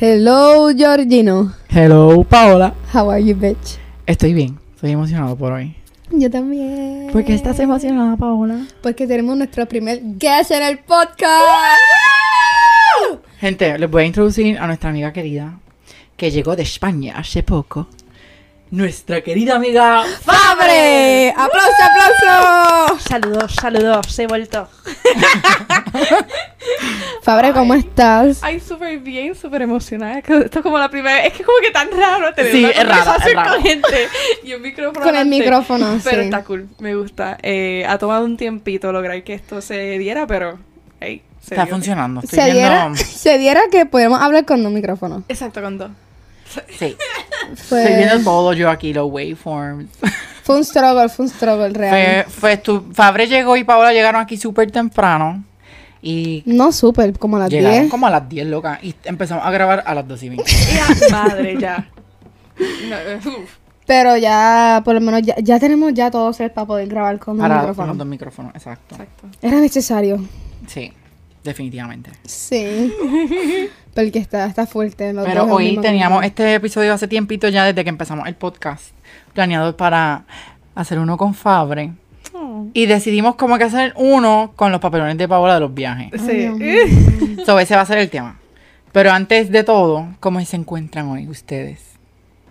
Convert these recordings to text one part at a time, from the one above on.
Hello, Georgino. Hello, Paola. How are you, bitch? Estoy bien. Estoy emocionado por hoy. Yo también. ¿Por qué estás emocionada, Paola? Porque tenemos nuestro primer guest en el podcast. Gente, les voy a introducir a nuestra amiga querida que llegó de España hace poco. Nuestra querida amiga ¡Fabre! ¡Aplauso, aplauso! Saludos, saludos, he vuelto. Fabre, ¿cómo estás? Ay, súper bien, súper emocionada. Es que Esto es como la primera vez. Es que es como que tan raro tener Sí, una es raro, conversación es raro. con gente y un micrófono. Con el delante. micrófono, Pero sí. está cool, me gusta. Eh, ha tomado un tiempito lograr que esto se diera, pero hey, se Está dio. funcionando. Estoy Se diera, viendo. se diera que podemos hablar con un micrófono. Exacto, con dos. Sí. Estoy viendo Fue, todo yo aquí, los waveforms. fue un struggle, fue un struggle real. Fue, fue tu- Fabre llegó y Paola llegaron aquí súper temprano. Y No súper, como a las llegaron 10. como a las 10, loca. Y empezamos a grabar a las 2 y 20. Ya, madre, ya. No, eh, uf. Pero ya, por lo menos, ya, ya tenemos ya todo set para poder grabar con un Ahora micrófono. con dos micrófonos, exacto. Exacto. Era necesario. Sí, definitivamente. Sí. Porque está, está fuerte. los Pero dos al hoy mismo teníamos tiempo. este episodio hace tiempito ya desde que empezamos el podcast, planeado para hacer uno con Fabre. Oh. Y decidimos como que hacer uno con los papelones de Paola de los viajes. Sí. Dios Eh, So, ese va a ser el tema. Pero antes de todo, ¿cómo se encuentran hoy ustedes?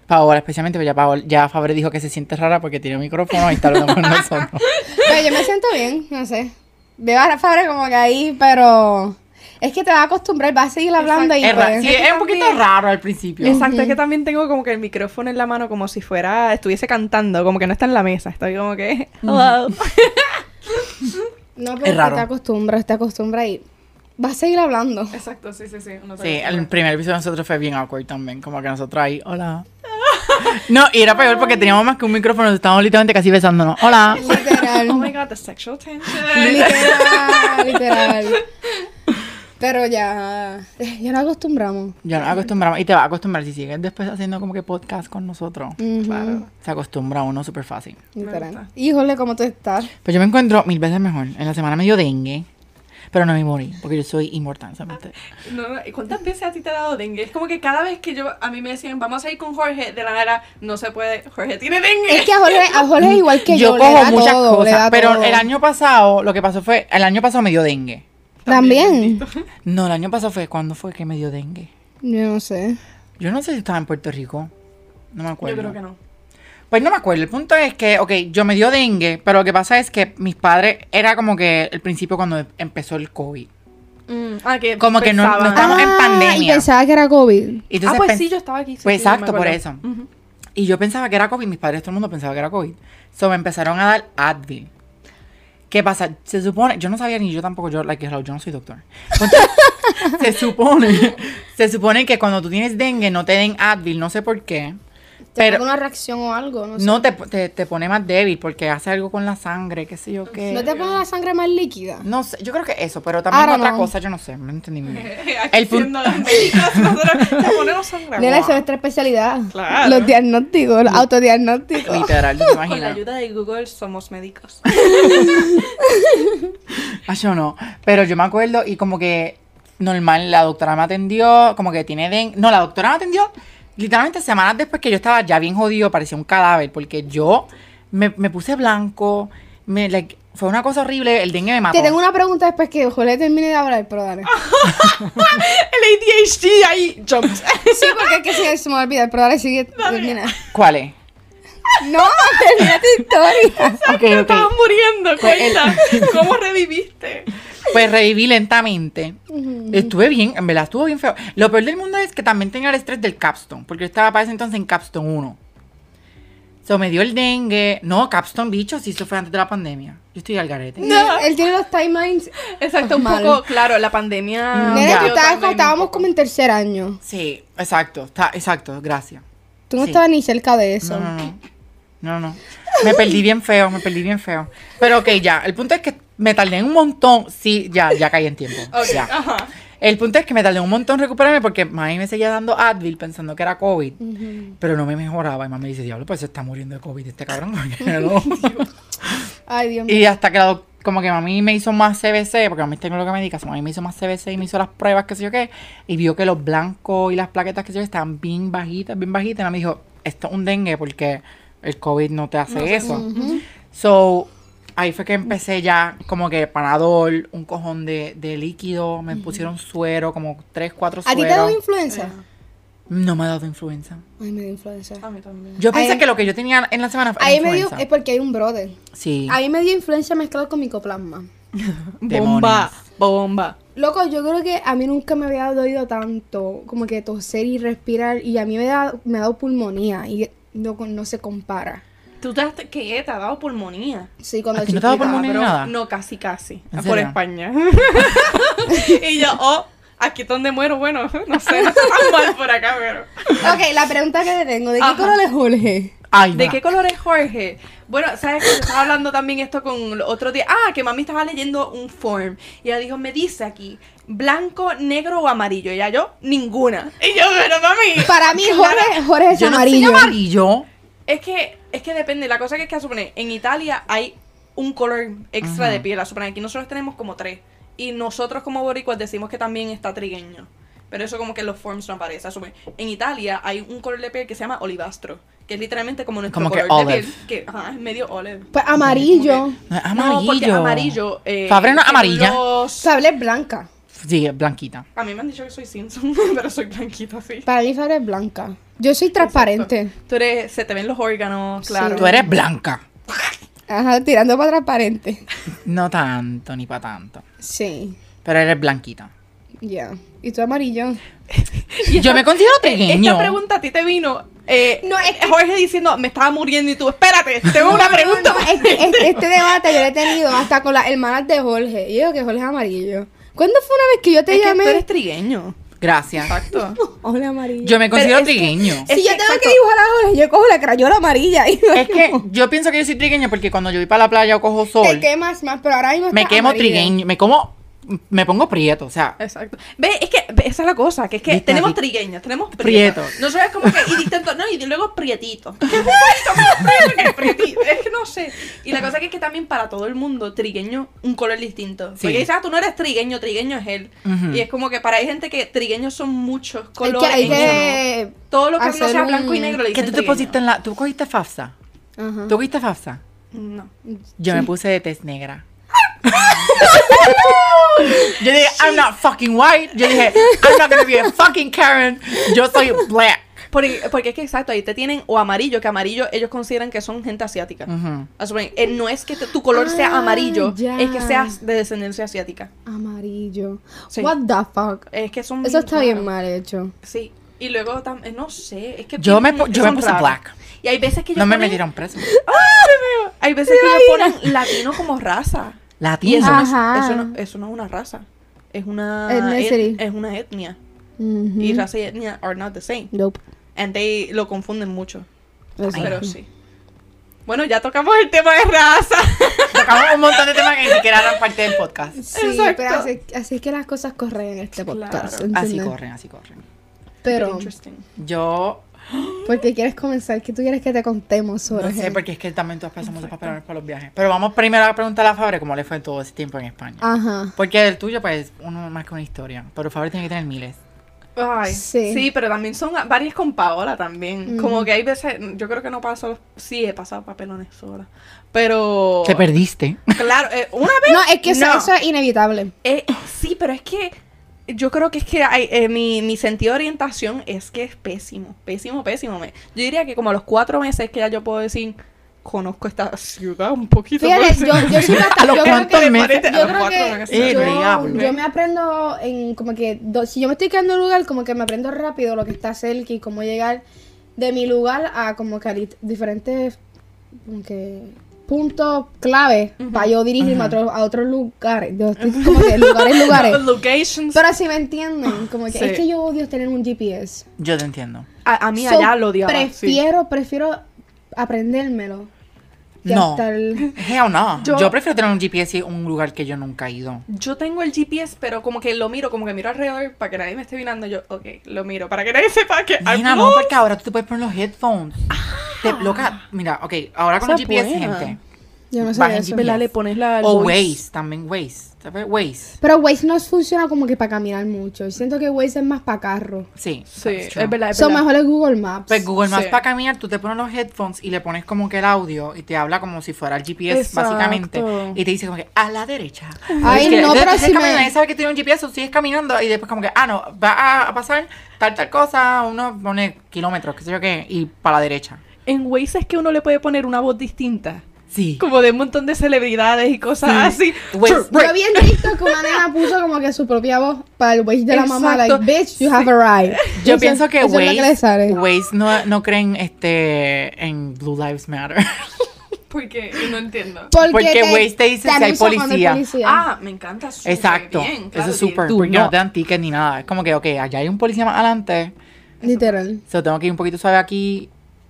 Paola, especialmente, porque ya, Paola, ya Fabre dijo que se siente rara porque tiene un micrófono y está hablando con nosotros. Pero yo me siento bien, no sé. Veo a Fabre como que ahí, pero es que te vas a acostumbrar, vas a seguir hablando y Es, ra- pues, sí, es un poquito raro al principio. Exacto, es que también tengo como que el micrófono en la mano como si fuera, estuviese cantando, como que no está en la mesa, estoy como que, hello. no, pero es raro. te acostumbras, te acostumbras y vas a seguir hablando. Exacto, sí, sí, sí. uno se Sí, acostumbra. el primer episodio de nosotros fue bien awkward también, como que nosotros ahí, hola. No, y era peor porque teníamos más que un micrófono, estábamos literalmente casi besándonos. Hola. Literal. Oh my god, the sexual tension. literal, literal. Pero ya, ya nos acostumbramos. Ya nos acostumbramos, y te vas a acostumbrar si sigues después haciendo como que podcast con nosotros. Ujú, Claro. Se acostumbra uno súper fácil. Literal. gusta. Híjole, ¿cómo tú estás? Pues yo me encuentro mil veces mejor. En la semana me dio dengue, pero no me morí, porque yo soy inmortal. Ah, solamente. No, no, ¿y ¿Cuántas veces a ti te ha dado dengue? Es como que cada vez que yo, a mí me decían, vamos a ir con Jorge, de la nada, no se puede, Jorge tiene dengue. Es que a Jorge, a Jorge es igual que yo, le da todo, le da pero todo. el año pasado, lo que pasó fue, el año pasado me dio dengue. También. No, el año pasado fue, ¿cuándo fue que me dio dengue? Yo no sé. Yo no sé si estaba en Puerto Rico. No me acuerdo. Yo creo que no. Pues no me acuerdo. El punto es que, ok, yo me dio dengue, pero lo que pasa es que mis padres, era como que el principio cuando empezó el COVID. ah, que Como que no- no pensaban. estaba- Estamos en Ah, Y pandemia. pensaba que era COVID. Y Ah, entonces pues pen- sí, yo estaba aquí. sí, pues sí, me exacto, por acuerdo. eso. Ujú. Y yo pensaba que era COVID, mis padres, todo el mundo pensaba que era COVID. So me empezaron a dar Advil. ¿Qué pasa? Se supone, yo no sabía ni yo tampoco, yo, like, hello, yo no soy doctor. Entonces, se supone, se supone que cuando tú tienes dengue no te den Advil, no sé por qué. Pero Pero una reacción o algo, no sé. no te, te, te pone más débil porque hace algo con la sangre, qué sé yo qué. ¿No te pone la sangre más líquida? No sé, yo creo que eso, pero también I don't otra know. cosa, yo no sé, no entendí muy bien. Aquí El punto. siendo los médicos, nosotros te ponemos sangre. Nena, esa es Guau. nuestra especialidad. Claro. Los diagnósticos, los autodiagnósticos. Literal, te Con la imaginas. ayuda de Google somos médicos. Ah, yo no. Pero yo me acuerdo y como que normal, la doctora me atendió, como que tiene den. No, la doctora me atendió literalmente semanas después que yo estaba ya bien jodido, parecía un cadáver, porque yo me, me puse blanco, me, like, fue una cosa horrible, el dengue me mató. Te tengo una pregunta después que Jolé termine de hablar, pero dale. El ADHD ahí jumped. Sí, porque es que se, se me va a olvidar, pero dale, sigue, termina. ¿Cuál es? No, termina tu historia. Ok, ok. Estabas muriendo, Pues el- cuenta. ¿Cómo reviviste? Pues reviví lentamente. Estuve bien, en verdad estuvo bien feo. Lo peor del mundo es que también tenía el estrés del capstone, porque yo estaba para ese entonces en capstone 1. So, me dio el dengue. No, capstone, bicho, si eso fue antes de la pandemia. Yo estoy al garete. No, Él tiene los timelines. Exacto, un Mal. poco, claro, la pandemia. Nena, ya. tú dio estabas, también un estábamos poco. como en tercer año. Sí, exacto, está, exacto, gracias. Tú no Sí. estabas ni cerca de eso. No, no, no. No, no. Me perdí bien feo, me perdí bien feo. Pero ok, ya. El punto es que me tardé un montón. Sí, ya, ya caí en tiempo. Ok, ya. ajá. El punto es que me tardé un montón en recuperarme porque mami me seguía dando Advil pensando que era COVID. Pero no me mejoraba. Y mami me dice, diablo, pues se está muriendo de COVID este cabrón. porque no". Ay, Dios mío. y hasta que la doc- como que mami me hizo más CBC, porque mami es tecnóloga médica, so mami me hizo más CBC y me hizo las pruebas, qué sé yo qué, y vio que los blancos y las plaquetas, qué sé yo, estaban bien bajitas, bien bajitas, y mami dijo, esto es un dengue porque el COVID no te hace eso. So, ahí fue que empecé ya como que panadol, un cojón de, de líquido, me pusieron suero, como tres, cuatro ¿A ti sueros. te dio influenza? Eh. No me ha dado influenza. Ay, me dio influenza. A mí también. Yo Ahí- pensé que lo que yo tenía en la semana fue Ahí me dio, influenza. es porque hay un brother. Sí. Ahí me dio influenza mezclado con micoplasma. Bomba, bomba. Loco, yo creo que a mí nunca me había dolido tanto, como que toser y respirar, y a mí me, da, me ha dado pulmonía, y no, no se compara. Tú te has, que te ha dado pulmonía. Sí, cuando ¿A ti no te ha dado chiquita, pulmonía? pero- Ah, Pero nada. no, casi, casi. ¿En Por serio? España. y yo, oh, aquí es donde muero. Bueno, no sé, no está tan mal por acá, pero. Ok, la pregunta que te tengo, ¿de qué Ajá. color es Jorge? Ay, ¿De va. qué color es Jorge? Bueno, sabes que yo estaba hablando también esto con lo- otro día. Ah, que mami estaba leyendo un form. Y ella dijo, me dice aquí, blanco, negro o amarillo. Y ella, yo, ninguna. Y yo, pero mami. Para mí Jorge, Jorge es Yo no soy amarillo. amarillo. Es que, es que depende. La cosa que es que supone, en Italia hay un color extra Ajá. de piel. Supone, aquí nosotros tenemos como tres. Y nosotros como boricuas decimos que también está trigueño. Pero eso como que en los forms no aparece. Supone, en Italia hay un color de piel que se llama olivastro. Que es literalmente como nuestro Como que color de olive. piel. Que ajá, es medio olive. Pues amarillo. No, es No, porque amarillo. amarillo. Eh, Fabre no es que amarilla. los- Sable es blanca. Sí, es blanquita. A mí me han dicho que soy Simpson, pero soy blanquita, sí. Para mí Sable es blanca. Yo soy transparente. Tú eres, se te ven los órganos, Sí. claro. Tú eres blanca. Ajá, tirando para transparente. No tanto, ni para tanto. Sí, Pero eres blanquita. ya. ¿Y tú amarillo? Yo me considero Esta trigueño. pregunta a ti te vino. eh, No, es Jorge diciendo, me estaba muriendo y tú, espérate, tengo una pregunta. No, es que este, este debate yo lo he tenido hasta con las hermanas de Jorge. Y yo que Jorge es amarillo. ¿Cuándo fue una vez que yo te Es que llamé? tú eres trigueño. Gracias. Exacto. Hola, amarillo. Yo me Pero considero es que- trigueño. si es yo que- tengo exacto. que dibujar a Jorge, yo cojo la crayola amarilla. Y Es que yo pienso que yo soy trigueño porque cuando yo voy para la playa o cojo sol, te quemas más, pero ahora mismo me está quemo amarillo. trigueño. Me como. Me pongo prieto. O sea, Exacto. Ve, es que ve, esa es la cosa, que es que Viste, tenemos aquí- trigueños, tenemos Prieto. prietos. No sabes cómo que, y distinto, no, y luego prietito. ¿Qué es esto? ¿Cómo que prietito? Es que no sé. Y la cosa que es que también para todo el mundo, trigueño, un color distinto. Sí. Porque dices, ah, tú no eres trigueño, trigueño es él. Ujú. Y es como que para hay gente que trigueños son muchos Hay colores. que, hay muchos- que... Todo lo que no hacer sea blanco y un- negro le que dicen tú te trigueño. pusiste en la. Tú cogiste FAFSA. Ajá. Tú cogiste FAFSA. No. Yo me puse de tez negra. yo dije, I'm not fucking white. Yo dije, I'm not gonna be a fucking Karen. Yo soy black. Porque, porque es que exacto, ahí te tienen o amarillo, que amarillo ellos consideran que son gente asiática. Ujú. Ah, suponen, eh, no es que te- tu color sea Ah, amarillo, ya. es que seas de descendencia asiática. Amarillo. Sí. What the fuck? Es que son Eso está bien raros. mal hecho. Sí. Y luego también, no sé, es que Yo me tienen- pu- yo me son puse raros. black. Y hay veces que ellos No me ponen- metieron preso. Hay veces que ellos ponen latino como raza. Y Latino. eso no, es, Ajá. eso, no, eso no es una raza. Es una Ethnicity. et- es una etnia. Ujú. Y raza y etnia are not the same. Nope. And they lo confunden mucho. Eso. Pero sí. Bueno, ya tocamos el tema de raza. Tocamos un montón de temas que ni siquiera eran parte del podcast. Sí, Exacto. pero así, así es que las cosas corren en este Claro. podcast. Así ¿entiendes? corren, así corren. Pero, Interesting. Yo ¿por qué quieres comenzar? ¿Qué tú quieres que te contemos sobre no sé, porque es que también tú has pasado muchos papelones para los viajes. Pero vamos primero a preguntarle a Fabre cómo le fue en todo ese tiempo en España. Ajá. Porque el tuyo, pues, uno más que una historia. Pero Fabre tiene que tener miles. Ay, Sí. Mm. sí. pero también son varias con Paola también. Ujú. Como que hay veces, yo creo que no paso, sí he pasado papelones sola. Pero... Te perdiste. Claro, eh, una vez... No, es que eso, No. eso es inevitable. Eh, sí, pero es que yo creo que es que hay- eh, mi, mi sentido de orientación es que es pésimo, pésimo, pésimo. Me- yo diría que como a los cuatro meses que ya yo puedo decir, conozco esta ciudad un poquito. Fíjate, más". yo, yo soy A bastante. los Yo creo cuantos que, meses. yo A los creo cuatro que meses. Eh, yo, diablo. yo me aprendo en como que do- si yo me estoy quedando en un lugar, como que me aprendo rápido lo que está cerca y cómo llegar de mi lugar a como que a li- diferentes como que puntos clave para yo dirigirme a, otro- a otros lugares. Yo estoy como que lugares, lugares. Locations. Pero si me entienden, como que Sí. es que yo odio tener un GPS. Yo te entiendo. a, a mí So, allá lo odiaba. sí. Prefiero, prefiero aprendérmelo. que No. hasta el- Hell no. Yo, Yo- prefiero tener un GPS en un lugar que yo nunca he ido. Yo tengo el GPS, pero como que lo miro, como que miro alrededor para que nadie me esté mirando. Yo, ok, lo miro, para que nadie sepa que. I'm Mira, no, lost. porque ahora tú te puedes poner los headphones. Te, loca, mira, ok, ahora con Ah. Esa los GPS, buena. gente. Yo no sé Vas en eso. GPS. ¿Verdad? Le pones la. el O voice. Waze, también Waze. ¿Sabes? Waze. Pero Waze no funciona como que para caminar mucho. Siento que Waze es más para carro. Sí. Sí, that's es true. verdad. Es Son verdad. mejor es Google Maps. Pues Google Maps Sí. para caminar, tú te pones los headphones y le pones como que el audio y te habla como si fuera el GPS, Exacto. básicamente. Y te dice como que a la derecha. Ay, Es que no, tú pero estás si caminando, me- Nadie sabe que tiene un GPS, tú sigues caminando y después como que, ah, no, va a- a pasar tal, tal cosa, uno pone kilómetros, qué sé yo qué, y para la derecha. En Waze es que uno le puede poner una voz distinta. Sí. Como de un montón de celebridades y cosas Sí. así. Waze- True, Yo vi en TikTok que una nena puso como que su propia voz para el Waze de la mamá. Like, Exacto. bitch, you have arrived. Yo Eso- pienso que eso es lo que le sale. Waze, Waze no, no creen este, en Blue Lives Matter. Porque no entiendo. porque te- Waze te dice si hay anuncia cuando policía. Ah, me encanta. súper Exacto. bien, Eso claro, es súper. sí. Porque no te dan ticket ni nada. Es como que, ok, allá hay un policía más adelante. Literal. Se lo tengo que ir un poquito suave aquí.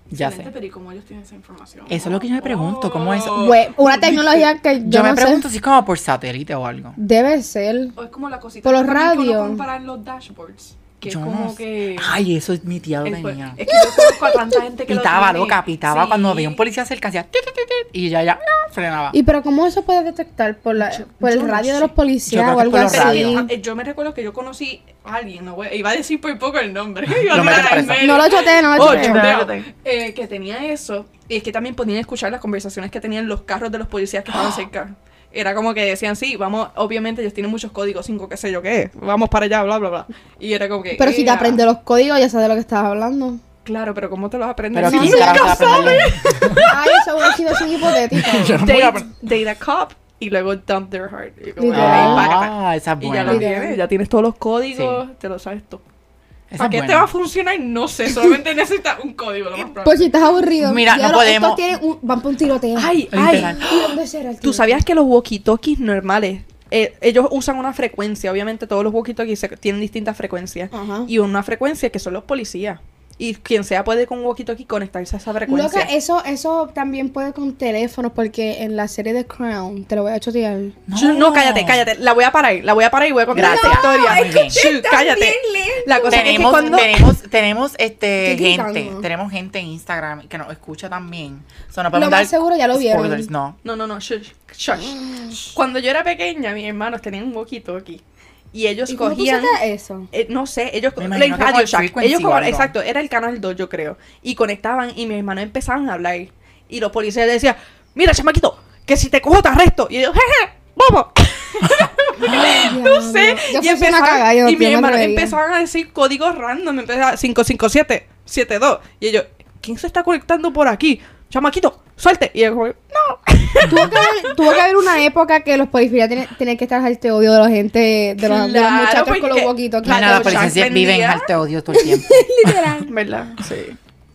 Ya Excelente, sé. Pero ¿y cómo ellos tienen esa información? Eso es lo que yo me pregunto, ¿cómo es? Oh. Güey, una tecnología que yo, Yo me no sé. pregunto si es como por satélite o algo. Debe ser. O es como la cosita Por los que ponen que uno radios. compra en los dashboards. Que Yo es no como sé. que. Ay, eso es mi tía lo el- tenía. es que yo conozco a tanta gente que lo Pitaba, tiene. loca, pitaba Sí. cuando veía un policía cerca, hacía tit, tit, tit, y ya, ya, ah, frenaba. Y pero ¿cómo eso puede detectar? ¿Por, la, por yo el no radio de sé. los policías o Yo creo que algo por los así? Pero es que, radios. ah, eh, yo me recuerdo que yo conocí a alguien, no voy- iba a decir por poco el nombre. Iba a Lo metes tirar al preso. medio. No lo choteé, no lo Oh, choteé. choteo. Lo metes. Eh, que tenía eso. Y es que también podían escuchar las conversaciones que tenían los carros de los policías que estaban cerca. Era como que decían, sí, vamos, obviamente ellos tienen muchos códigos 5, qué sé yo qué, vamos para allá, bla, bla, bla. Y era como que. Pero si te ea. aprendes los códigos, ya sabes de lo que estás hablando. Claro, pero ¿cómo te los aprendes? Pero si ¿quién nunca carajo va a aprenderle? Ay, eso es una situación hipotética. Yo no voy a date, aprender. date a cop y luego dump their heart. Y, como, Literal. ahí, para, para. Ah, esa es Y ya buena. lo Literal. tienes, ya tienes todos los códigos, te lo sabes todo. Esa ¿Para es qué te buena. este va a funcionar? No sé, solamente necesitas un código, lo más probable. Por Pues si estás aburrido. Mira, Ya no lo- podemos. Estos tienen un, van para un Pues, tiroteo. Ay, Literal. ¿Y dónde será el ¿Tú tiroteo? sabías que los walkie-talkies normales, eh, ellos usan una frecuencia? Obviamente todos los walkie-talkies se- tienen distintas frecuencias. Ah. Ajá. Y una frecuencia que son los policías. Y quien sea puede con un walkie-talkie conectarse a esa frecuencia. Loca, eso, eso también puede con teléfonos, porque en la serie de Crown, te lo voy a chotear. Yo- No, cállate, cállate. La voy a parar. La voy a parar y voy a contar esta Gracias. historia. No, es que ustedes Shoot, cállate. La cosa es que Tenemos, cuando... tenemos, tenemos este Estoy gente, gritando. tenemos gente en Instagram que nos escucha también. So, no Lo podemos más dar seguro ya lo vieron. spoilers, no. No, no, no. shush, shush. Cuando yo era pequeña, mis hermanos tenían un walkie-talkie. Y ellos ¿Y cómo tú cogían... sacas eso? Eh, no sé, ellos Me le- imagino que Radio por el Shack, frequency ellos o como- algo. exacto, era el canal 2 yo creo, y conectaban y mis hermanos empezaban a hablar y los policías decían, "Mira, chamaquito, que si te cojo te arresto." Y ellos, "Jeje, bobo." No sé, Yo y fui una cagada, yo- empezaban, y yo mis me hermanos atrevería. empezaban a decir códigos random, empezaba 557 72 y ellos, "¿Quién se está conectando por aquí? Chamaquito, suelte." Y ellos como, Tuvo que, haber, tuvo que haber una época que los policías tenían, tenían que estar al te odio de la gente, de, los- de los Claro, muchachos con los porque- walkie-talkies. Claro, Mira, la Shack policía sí vive en vendía. alto odio todo el tiempo. Literal. "¿Verdad?" Sí.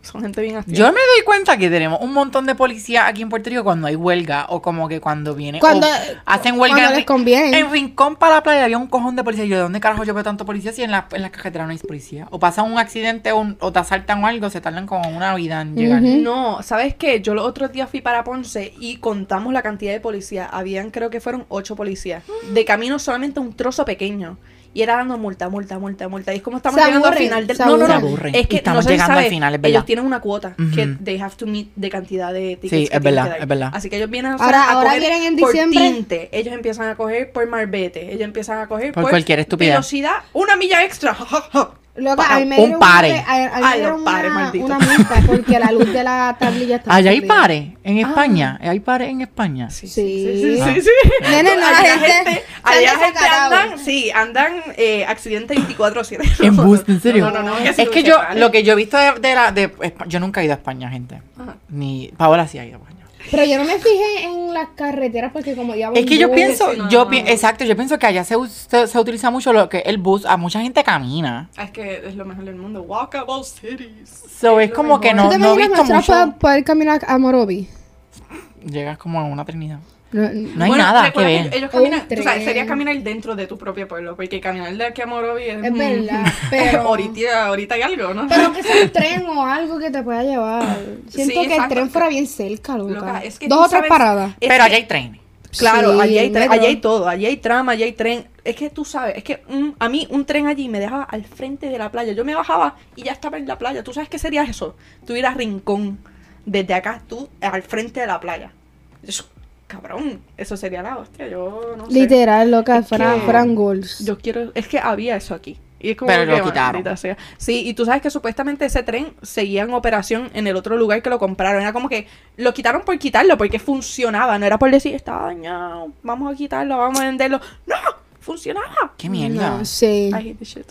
Son gente bien activa. Yo me doy cuenta que tenemos un montón de policías aquí en Puerto Rico cuando hay huelga o como que cuando viene Cuando- o hacen huelga cuando en- les conviene. en Rincón para la playa había un cojón de policía. Yo, ¿de dónde carajo yo veo tanto policía si en la- en las cajeteras no hay policía? O pasa un accidente un- o te asaltan o algo, se tardan como una vida en llegar. Ujú. No, ¿sabes qué? Yo los otros días fui para Ponce y contamos la cantidad de policías. Habían, creo que fueron ocho policías. De camino solamente un trozo pequeño. Y era dando multa, multa, multa, multa. Y es como estamos Se llegando aburren, al final del... se No, no, no. aburren. Se aburren. Es que Y estamos no sé si llegando al sabes, final, es Ellos verdad. tienen una cuota Ujú. que they have to meet de cantidad de tickets. Sí, que es tienen verdad, que dar. es verdad. Así que ellos vienen a, Ahora- a ahora coger vienen en por diciembre. tinte. Ellos empiezan a coger por marbete. Ellos empiezan a coger Por cualquier estupidez. Velocidad, una milla extra. Loca, a mí me Un dieron pare. una- a- a mí me Ay, los dieron pares, una, maldito. una multa porque la luz de la tablilla estaba Allá hay Ah. prendida. pares en España. Hay pares en España. sí, sí, Sí. sí, sí. Nene, no, la Allá gente- gente, se han allá gente desacatado. andan, sí, andan eh, accidente 24-7. En bus, en serio. No, no, no. Es que yo, lo que yo he visto de, de la. De, Espa- yo nunca he ido a España, gente. Ajá. Ni. Paola sí ha ido a España. Pero yo no me fijé en las carreteras porque como ya Es que yo pienso, sí, no, yo no, pi- no. exacto, yo pienso que allá se, us- se, se utiliza mucho lo que el bus, a mucha gente camina. Ah, Es que es lo mejor del mundo. Walkable cities. So Sí, es lo como que mejor. ¿Tú te no, no he imaginas visto nosotras poder, mucho. poder caminar a Morobi? Llegas como a una trinidad. No, No hay Bueno, nada que recuerda ver. Ellos Un caminan, o sea, tren. sería caminar dentro de tu propio pueblo, porque caminar de aquí a Morovi es, Es mm, verdad, pero- ahorita, ahorita hay algo, ¿no? Pero que sea un tren o algo que te pueda llevar. Siento que el exacto. tren fuera bien cerca, loca. Loca, es que Dos tú o tres sabes- paradas. Es Pero que- allá hay trenes. Claro, Sí, allí, hay tren- metro. allí hay todo, allí hay trama, allí hay tren. Es que tú sabes, es que un- a mí un tren allí me dejaba al frente de la playa. Yo me bajaba y ya estaba en la playa. ¿Tú sabes qué sería eso? Tú ir a Rincón, desde acá, tú al frente de la playa. Eso, cabrón, eso sería la hostia, yo no sé. Literal, loca, Es Fran, que- Fran Goals. Yo quiero, es que había eso aquí. Y es como Pero lo que, quitaron. maldita sea. Sí, y tú sabes que supuestamente ese tren seguía en operación en el otro lugar que lo compraron. Era como que lo quitaron por quitarlo, porque funcionaba. No era por decir, está dañado, vamos a quitarlo, vamos a venderlo. ¡No! ¡Funcionaba! Qué mierda. No, sí. I hate this shit.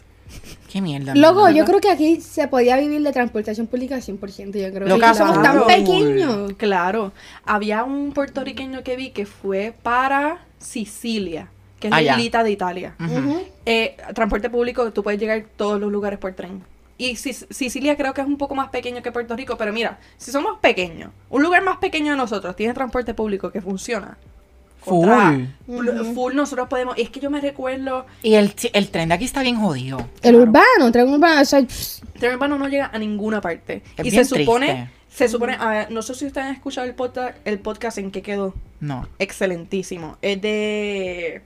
Qué mierda. Loco, mierda. yo creo que aquí se podía vivir de transportación pública 100%, yo creo. Loca, Y somos tan claro. pequeños. Claro. Había un puertorriqueño que vi que fue para Sicilia, que es Allá. la islita de Italia. Ujú. Ujú. Eh, transporte público, tú puedes llegar a todos los lugares por tren. Y Sic- Sicilia creo que es un poco más pequeño que Puerto Rico, pero mira, si somos pequeños, un lugar más pequeño de nosotros tiene transporte público que funciona. Contra- Full. Ujú. Full nosotros podemos. Y es que yo me recuerdo, Y el, chi- el tren de aquí está bien jodido. El Claro. urbano, tren urbano, o sea, pss, tren urbano no llega a ninguna parte. Es y bien se supone, triste. se supone, a ver, no sé si ustedes han escuchado el podcast, el podcast en que quedó. No. excelentísimo. Es de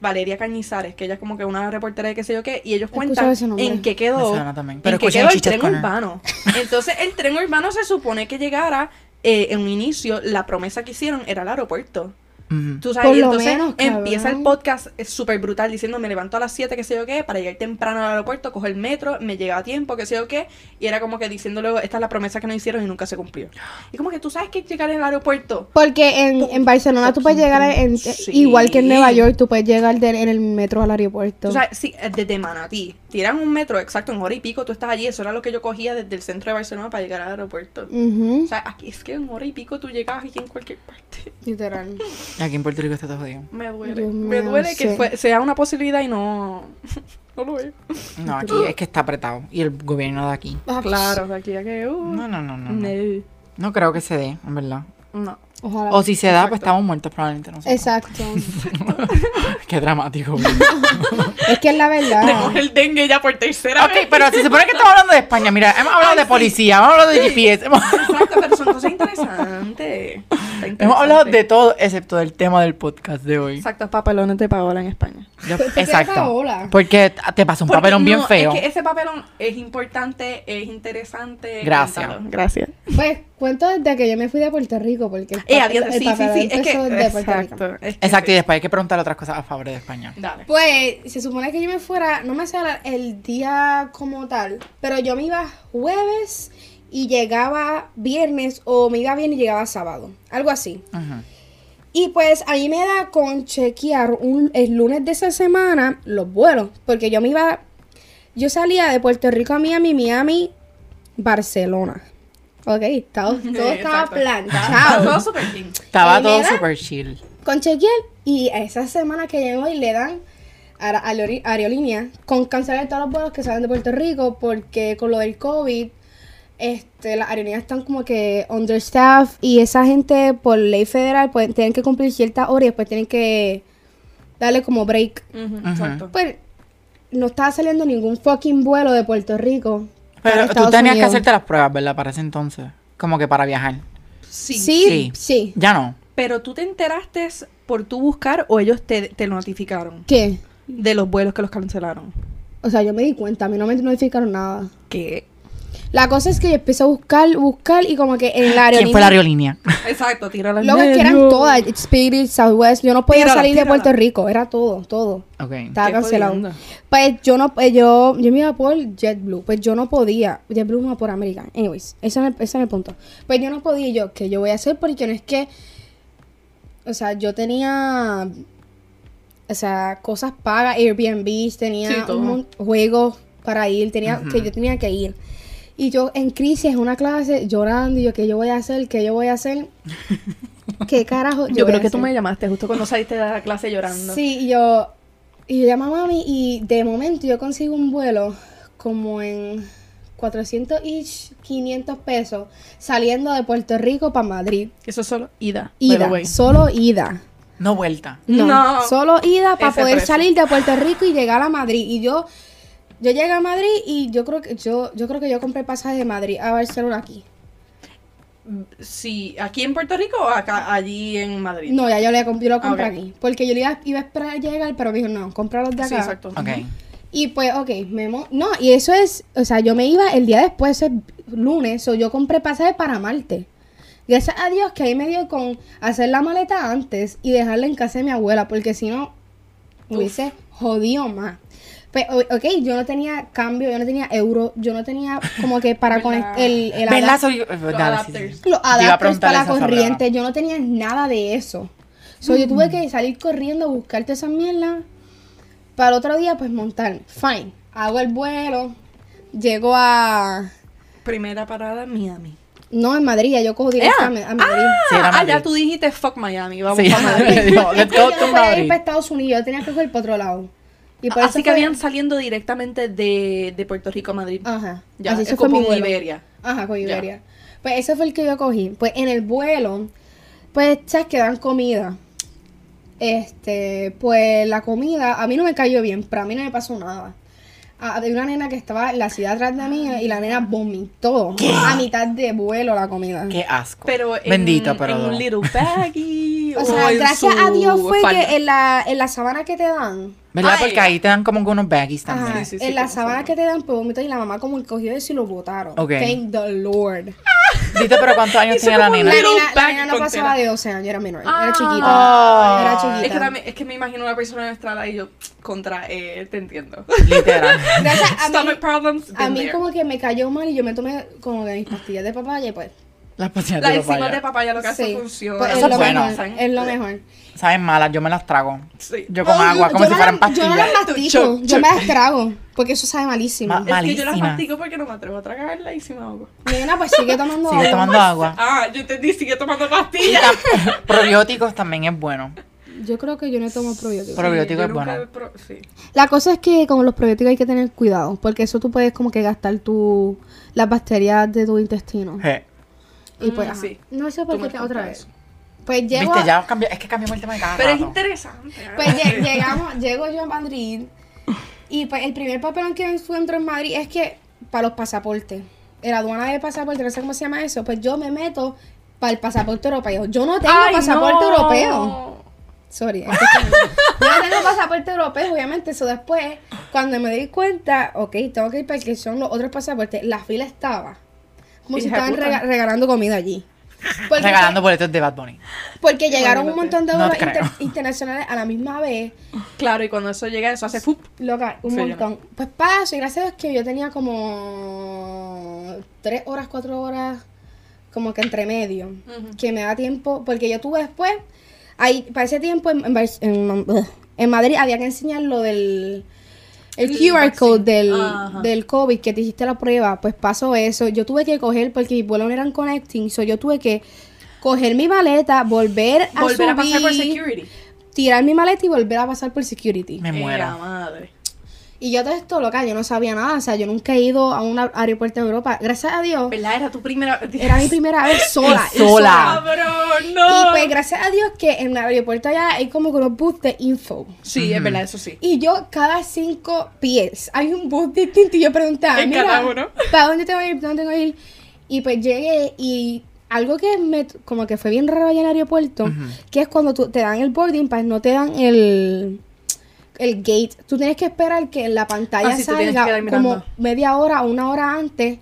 Valeria Cañizares, que ella es como que una reportera de qué sé yo qué, y ellos He cuentan escuchado ese nombre. en qué Me quedó, suena también. Pero en qué escuché quedó el chistes tren con él. urbano. Entonces, el tren urbano se supone que llegara eh, en un inicio, la promesa que hicieron era el aeropuerto. Ujú. Tú sabes, Por y lo entonces menos, empieza cabrón. el podcast es súper brutal diciendo, me levanto a las 7, qué sé yo qué, para llegar temprano al aeropuerto, cojo el metro, me llega a tiempo, qué sé yo qué, y era como que diciendo luego, esta es la promesa que nos hicieron y nunca se cumplió. Y como que tú sabes que llegar al aeropuerto Porque en, en Barcelona tú puedes llegar, en, eh, Sí. igual que en Nueva York, tú puedes llegar de- en el metro al aeropuerto. Tú sabes, sí, eh, desde Manatí. Tiran un metro exacto, en hora y pico tú estás allí. Eso era lo que yo cogía desde el centro de Barcelona para llegar al aeropuerto. Ujú. O sea, aquí es que en hora y pico tú llegas aquí en cualquier parte. Literal. Aquí en Puerto Rico está todo jodido. Me duele. Dios me mío, duele que sí. fue- sea una posibilidad y no. no lo veo. No, aquí es que está apretado. Y el gobierno de aquí. Ah, Claro, de aquí a que. uh, No, no, no, no. No, no. No creo que se dé, en verdad. No. Ah. Ojalá. O si se da, pues estamos muertos probablemente. No sé. Exacto. Qué dramático. es que es la verdad. Tenemos el dengue ya por tercera ok, vez. pero si se supone que estamos hablando de España, mira, hemos hablado de policía, hemos hablado de GPS, hemos, Exacto, pero son cosas interesantes. Está hemos interesante. hablado de todo excepto del tema del podcast de hoy. Exacto, papelones de Paola en España. Yo- ¿Por qué exacto. Paola? Porque t- te pasó un Porque papelón bien no, feo. Es que ese papelón es importante, es interesante. Gracias. cuéntalo. Gracias. Pues cuento desde que yo me fui de Puerto Rico, porque el, Eh, pa- adiós. el Sí, sí, papelón sí. Es que. empezó de Puerto Rico. Exacto. es que Exacto, y sí. después hay que preguntar otras cosas a favor de España. Dale. Pues se supone que yo me fuera, no me sé la- el día como tal, pero yo me iba jueves y llegaba viernes o me iba bien y llegaba sábado, algo así. Ujú. Y pues a mí me da con chequear un- el lunes de esa semana los vuelos, porque yo me iba, yo salía de Puerto Rico a Miami, Miami, Barcelona. Ok, todo, Sí, todo estaba exacto. planchado. Todo súper bien. Estaba Ay, todo nena. super chill. con chequear y a esa semana que llegó y le dan a la aeroli- aerolínea con cancelar todos los vuelos que salen de Puerto Rico porque con lo del COVID este, las aerolíneas están como que understaffed y esa gente por ley federal pues tienen que cumplir ciertas horas y después tienen que darle como break. Ujú, Ujú. Exacto. Pues no estaba saliendo ningún fucking vuelo de Puerto Rico. para Pero tú Estados tenías que Unidos. hacerte las pruebas, ¿verdad? Para ese entonces. Como que para viajar. Sí. Sí, Sí. sí. Ya no. Pero tú te enteraste por tú buscar o ellos te, te lo notificaron ¿Qué? de los vuelos que los cancelaron. O sea, yo me di cuenta, a mí no me notificaron nada. ¿Qué? La cosa es que yo empecé a buscar, buscar y como que en la aerolínea. ¿Quién fue la aerolínea? Exacto, tíralo al Lo que medio. eran todas, Spirit, Southwest, yo no podía Tírala, salir tírala. de Puerto Rico, era todo, todo. Ok. Estaba Qué cancelado. jodienda. Pues yo no, pues yo, yo me iba por JetBlue, pues yo no podía, JetBlue no por American, anyways, ese es, el, ese es el punto. Pues yo no podía, y yo, ¿qué yo voy a hacer? Porque no es que, o sea, yo tenía, o sea, cosas pagas, Airbnb, Sí, tenía todo. un mon- juegos para ir, tenía, que yo tenía que ir. Y yo en crisis, en una clase, llorando, y yo, ¿qué yo voy a hacer? ¿Qué yo voy a hacer? ¿Qué carajo? voy Yo creo a que tú hacer? me llamaste justo cuando saliste de la clase llorando. Sí, y yo, y yo llamaba a mami y de momento yo consigo un vuelo como en 400 ish, 500 pesos, saliendo de Puerto Rico para Madrid. Eso es solo ida. by the Ida, way. solo ida. No vuelta. No, No. solo ida para Ese poder precio. salir de Puerto Rico y llegar a Madrid. Y yo, yo llegué a Madrid y yo creo que yo, yo creo que yo compré el pasaje de Madrid a Barcelona aquí. Sí, aquí en Puerto Rico o acá, allí en Madrid. No, ya yo, le, comp- yo lo compré Ok. aquí. Porque yo le iba, iba a esperar llegar, pero me dijo, no, cómpralos de acá. Sí, exacto. Ok. Y pues, ok, me mo- No, y eso es. O sea, yo me iba el día después, eso es lunes, o yo compré pasaje para Marte. Gracias a Dios que ahí me dio con hacer la maleta antes y dejarla en casa de mi abuela, porque si no, hubiese jodido más. Pero, ok, yo no tenía cambio, yo no tenía euro, yo no tenía como que para con ¿Verdad? el, el adap- ¿Verdad? Soy- dale, sí, sí. adapters. los a adapters preguntar para eso, esa corriente, yo no tenía nada de eso. So, Yo tuve que salir corriendo a buscarte esa mierda para el otro día, pues montarme. Fine, hago el vuelo, llego a... Primera parada, Miami. No, en Madrid, ya yo cojo directamente a Madrid. Sí, era Ah, ah, Madrid. ya tú dijiste fuck Miami, vamos Sí. a Madrid. No, let's go yo to no podía ir Madrid. para Estados Unidos, yo tenía que coger para otro lado. Y por eso Así que fue- habían saliendo directamente de, de Puerto Rico a Madrid. Ajá. ya, Ah, así es se fue como mi vuelo. Iberia. Ajá, con Ya. Iberia. Pues ese fue el que yo cogí. Pues en el vuelo, pues chas que dan comida. Este, pues la comida a mí no me cayó bien, pero a mí no me pasó nada. Ah, Había una nena que estaba en la ciudad atrás de mí y la nena vomitó a mitad de vuelo la comida. Qué asco. Pero en, Bendito, pero. en no. un little baggy. O sea, en gracias su a Dios fue falda. que en la, en la sabana que te dan, ¿Verdad? Ay. Porque ahí te dan como que unos baggies Ajá, también. Sí, sí, sí, en la como sabana sabana. que te dan, pues vomitó y la mamá como que cogió eso y lo botaron. Ok. Thank the Lord. Dito, pero ¿cuántos años Hizo tenía la como un nena? La Little nena, la bag nena no con pasaba tela. de 12 años, era menor, era Ah. chiquita. Ay. Era chiquita. Es que, también, es que me imagino una persona de nuestra edad y yo, contra él, te entiendo. Literal. Gracias a mí, Stomach problems, a been mí there. como que me cayó mal y yo me tomé como que mis pastillas de papaya y pues... Las pastillas La de enzima papaya. de papaya lo que hace sí. funciona. Pues es Eso lo es bueno. mejor, es lo mejor. Oh, Saben malas, yo me las trago. Sí. Yo con agua, como si Yo fueran no pastillas. las mastico, Choc, yo choc. me las trago, porque eso sabe malísimo. Ma- Es que yo las Malísima. mastico porque no me atrevo a tragarla y si me ahogo. Nena, pues sigue tomando Sigue agua. tomando agua. Ah, yo entendí, sigue tomando Y pastillas. tam- probióticos también es bueno. Yo creo que yo no tomo probióticos. Pro- Probiótico Yo es nunca bueno. he pro- sí. La cosa es que con los probióticos hay que tener cuidado, porque eso tú puedes como que gastar tu, las bacterias de tu intestino. Je. Y pues, Mm, ajá. sí. no sé por Tú me qué te- otra contaste vez. Pues llego, Viste, a- ya cambió- es que cambiamos el tema de cada Pero es rato. interesante. ¿eh? pues lle- llegamos, llego yo a Madrid y pues el primer papelón que encuentro en Madrid es que para los pasaportes, en la aduana de pasaporte, no sé cómo se llama eso, pues yo me meto para el pasaporte europeo. Yo no tengo Ay, pasaporte no. europeo. Sorry. es que sí. yo no tengo pasaporte europeo, obviamente. Eso después, cuando me di cuenta, ok, tengo que ir para el que son los otros pasaportes, la fila estaba. Como si Hija estaban puta. rega- regalando comida allí. pues, Porque, Regalando boletos de Bad Bunny. porque llegaron un Imagínate. montón de No bolos creo. inter- internacionales a la misma vez. Claro, y cuando eso llega, eso hace fup. Loca, un Sí, yo montón. Pues paso, y gracias a Dios que yo tenía como tres horas, cuatro horas, como que entre medio. Ujú. Que me da tiempo, porque yo tuve después, ahí, para ese tiempo en, en Bar- en- en Madrid había que enseñar lo del el El QR vaccine. code del, Ajá. del COVID que te hiciste la prueba. Pues pasó eso. Yo tuve que coger, porque mis vuelos no eran connecting, so yo tuve que coger mi maleta, volver a Volver a pasar por subir, security. tirar mi maleta y volver a pasar por security. Me Eh, la muero. madre. Y yo todo esto, loca, yo no sabía nada. O sea, yo nunca he ido a un a- aeropuerto de Europa. Gracias a Dios, ¿Verdad? Era tu primera. era mi primera vez sola. Y sola. Cabrón, Y no. pues gracias a Dios que en el aeropuerto allá hay como que los booths de info. Sí, es verdad, eso sí. Y yo cada cinco pies hay un booth distinto y yo preguntaba, En mira, cada uno. ¿para dónde tengo que ir? ¿Para ¿Dónde tengo que ir? Y pues llegué y algo que me como que fue bien raro allá en el aeropuerto, que es cuando tú, te dan el boarding pass, no te dan el el gate. Tú tienes que esperar que la pantalla Ah, sí, tú tienes que salga quedar mirando. como media hora o una hora antes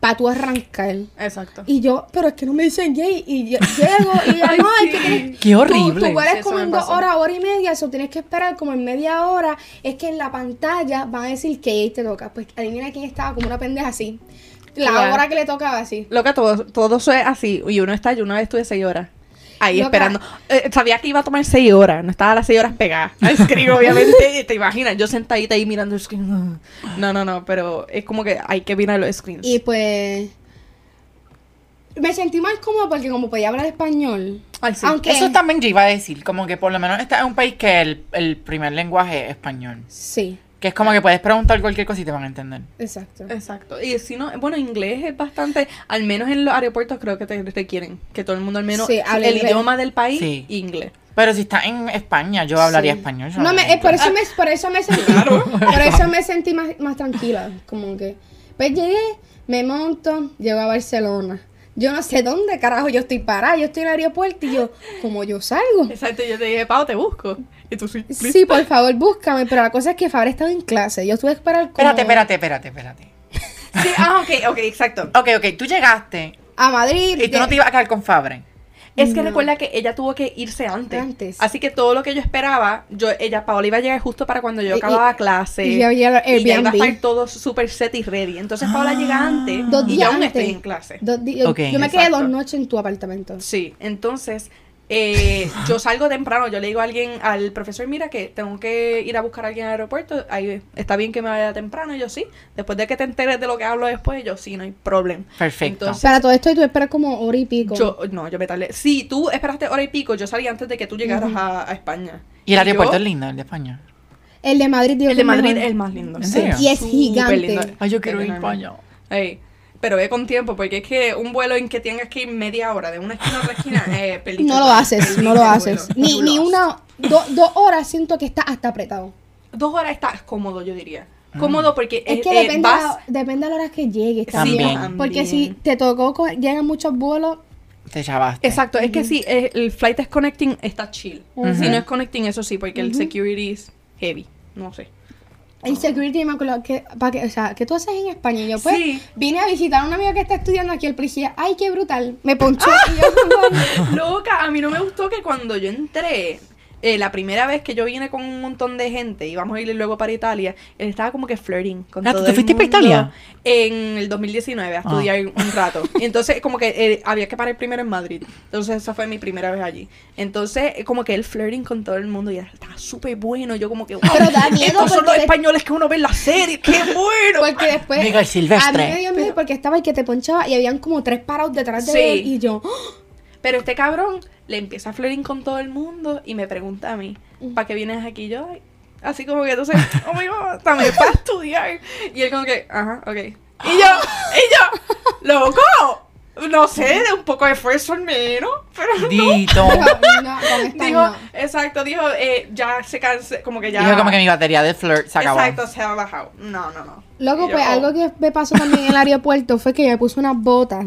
para tú arrancar. Exacto. Y yo, pero es que no me dicen gay. Y yo llego y ya, Ay, no, es sí. que tienes- Qué tú- horrible. Tú Sí, vuelas eso como me en dos pasó. horas, hora y media, eso tienes que esperar como en media hora. Es que en la pantalla van a decir que gay te toca. Pues adivina quién estaba como una pendeja así. La Claro. hora que le tocaba así. Loca, todo, todo eso es así. Y uno está, yo una vez estuve seis horas. Ahí Loca. esperando. Eh, sabía que iba a tomar seis horas. No estaba las seis horas pegada. Al screen, obviamente. Te imaginas, yo sentadita ahí mirando el screen. No, no, no. Pero es como que hay que mirar los screens. Y pues. Me sentí más cómoda porque como podía hablar español. Ay, sí. Aunque. Eso también yo iba a decir, como que por lo menos está en un país que el, el primer lenguaje es español. Sí, Que es como que puedes preguntar cualquier cosa y te van a entender. exacto. Exacto. Y si no, bueno, inglés es bastante, al menos en los aeropuertos creo que te requieren que todo el mundo al menos Sí, hable el inglés. idioma del país Sí. inglés. Pero si estás en España, yo hablaría Sí. español. yo No, me, hablaría eh, por, inglés. eso me, por eso me sentí, por eso me sentí más, más tranquila, como que, pues llegué, me monto, llego a Barcelona, yo no sé dónde carajo yo estoy parada, yo estoy en el aeropuerto y yo, como yo salgo, Exacto, yo te dije, Pau, te busco. Y tú sí. please. sí, pues. por favor, búscame, pero la cosa es que Fabre estaba en clase, yo tuve que esperar como... Espérate, espérate, espérate, espérate. Sí, ah, ok, ok, exacto. Ok, ok, tú llegaste a Madrid. Y tú de- no te ibas a quedar con Fabren. Es que No. recuerda que ella tuvo que irse antes. Antes. Así que todo lo que yo esperaba, yo, ella, Paola iba a llegar justo para cuando yo Y- acababa y- clase. y ya había el y ya iba a Airbnb. estar todo super set y ready. Entonces Paola Ah. llega antes Dos y días ya aún antes. estoy en clase. Dos di- yo- Ok, yo me quedé exacto. dos noches en tu apartamento. Sí, entonces eh, yo salgo temprano, yo le digo a alguien, al profesor, mira que tengo que ir a buscar a alguien al aeropuerto, ahí está bien que me vaya temprano, y yo sí, después de que te enteres de lo que hablo después, yo sí, no hay problema. Perfecto. Entonces, Para todo esto y tú esperas como hora y pico. Yo, no, yo me tardé. Sí, tú esperaste hora y pico, yo salí antes de que tú llegaras Ujú. a, a España. y el aeropuerto yo- es lindo, el de España. el de Madrid, digo, que El de es Madrid mejor. es el más lindo. ¿En sí. serio? Y es Súper gigante. lindo. Ay, yo quiero ir Enorme. para allá. Ey, pero ve con tiempo, porque es que un vuelo en que tengas que ir media hora de una esquina a otra esquina, eh, película. No lo haces, no lo Película, haces. vuelo. Ni, ni Tú lo haces. una, do- dos horas siento que está hasta apretado. Dos horas estás cómodo, yo diría. Mm. Cómodo porque Es eh, que eh, depende, a vas. la- depende a la hora que llegues también. También. Porque si También. te tocó, co- llegan muchos vuelos. Te chavaste. Exacto, es que si eh, el flight es connecting, está chill. Ujú. Si no es connecting, eso sí, porque el Ujú. security es heavy. No sé. El security me acuerdo que, pa' que- o sea, ¿qué tú haces en España? Y yo pues Sí. vine a visitar a un amigo que está estudiando aquí el policía. ¡Ay, qué brutal! Me ponchó. Ah. Y yo, Loca, a mí no me gustó que cuando yo entré, eh, la primera vez que yo vine con un montón de gente y vamos a ir luego para Italia, él estaba como que flirting con Ah, todo ¿tú te el fuiste para mundo Italia? Ah. En el 2019 a estudiar un rato. Y entonces como que eh, había que parar primero en Madrid. Entonces esa fue mi primera vez allí. Entonces eh, como que él flirting con todo el mundo y era- estaba súper bueno. Yo como que, wow, Pero da miedo estos son porque los te- españoles que uno ve en la serie, qué bueno. porque después. Miguel Silvestre. A mí me dio miedo porque estaba el que te ponchaba y habían como tres parados detrás de Sí. él. Y yo, "Oh". Pero este cabrón le empieza a flirting con todo el mundo y me pregunta a mí, ¿para qué vienes aquí yo? ay, Así como que entonces, oh my god, también para estudiar. Y él como que, ajá, ok. Y yo, y yo, loco, no sé, de un poco de esfuerzo al menos, pero no. Dito. "No, no, con esta Dijo, no". exacto, dijo, eh, ya se canse, como que ya. Dijo como que mi batería de flirt se acabó. Exacto, se ha bajado. No, no, no. Loco, Y yo, pues oh. algo que me pasó también en el aeropuerto fue que yo me puse unas botas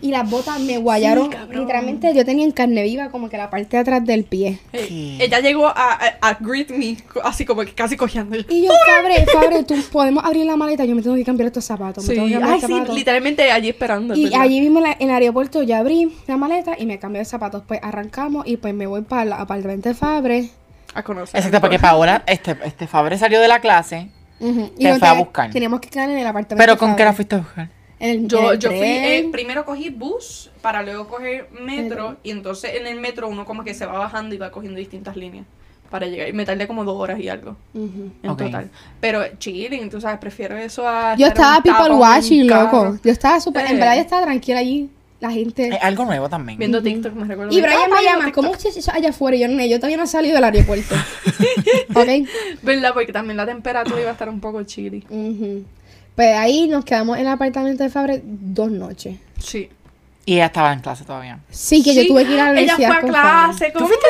y las botas me guayaron. cabrón. Literalmente yo tenía en carne viva como que la parte de atrás del pie. Eh, ¿Qué? Ella llegó a, a, a greet me, así como que casi cojeando. Y yo, Fabre, Fabre, tú podemos abrir la maleta, yo me tengo que cambiar estos zapatos. me Sí, tengo que cambiar ay, estos sí, zapatos". literalmente allí esperando. es Y verdad. allí mismo en, la- en el aeropuerto yo abrí la maleta y me cambié de zapatos. Pues arrancamos y pues me voy para el apartamento de Fabre. A conocer. Exacto, porque Paola, este, este Fabre salió de la clase, Ujú. Te nos fue a tenía- buscar. Teníamos que quedar en el apartamento. pero de ¿con Fabre. qué la fuiste a buscar? En el- en Yo, el yo fui, eh, tren. primero cogí bus para luego coger metro y entonces en el metro uno como que se va bajando y va cogiendo distintas líneas para llegar. Y me tardé como dos horas y algo Ujú. en Ok. total. Pero chilling, tú sabes, prefiero eso a... Yo estaba estar un tapón, people un watching, carro, loco. Yo estaba súper. En Eh. verdad, yo estaba tranquila allí. La Eh, gente. algo nuevo también. Viendo TikTok, me recuerdo. Y de- Ah, Brian me Brian, llama, TikTok. ¿cómo usted se hizo allá afuera? Y yo, nene, yo todavía no he salido del aeropuerto. ok. ¿Verdad? Porque también la temperatura iba a estar un poco chilly. Ujú. Pues ahí nos quedamos en el apartamento de Fabre dos noches. Sí. Y ella estaba en clase todavía. Sí, que Sí, yo tuve que ir a la Ella universidad. fue a con clase. ¿Cómo fuiste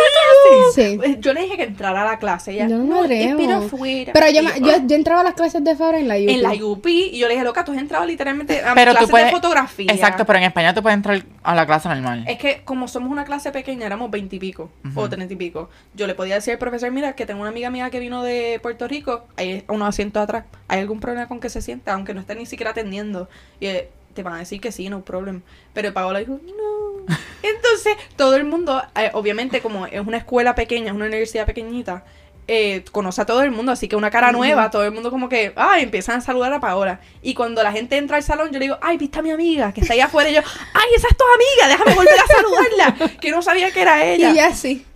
Sí. Yo le dije que entrara a la clase. Ella, Yo no me espera atrevo". afuera". Pero yo, Y me- yo, yo entraba a las clases de Fabre en la UP. en la UP y yo le dije, loca, tú has entrado literalmente a Pero clases tú puedes. de fotografía. Exacto, pero en España tú puedes entrar a la clase normal. Es que como somos una clase pequeña, éramos veintipico Ujú. o treinta y pico. Yo le podía decir al profesor, mira, que tengo una amiga mía que vino de Puerto Rico, hay unos asientos atrás, ¿hay algún problema con que se sienta? Aunque no esté ni siquiera atendiendo. Y eh, te van a decir que sí, no problem. Pero Paola dijo, no. Entonces, todo el mundo, eh, obviamente, como es una escuela pequeña, es una universidad pequeñita, eh, conoce a todo el mundo, así que una cara nueva, todo el mundo como que, ay, empiezan a saludar a Paola. Y cuando la gente entra al salón, yo le digo, ay, viste a mi amiga que está ahí afuera, y yo, ay, esa es tu amiga, déjame volver a saludarla, que no sabía que era Y ella. ya sí.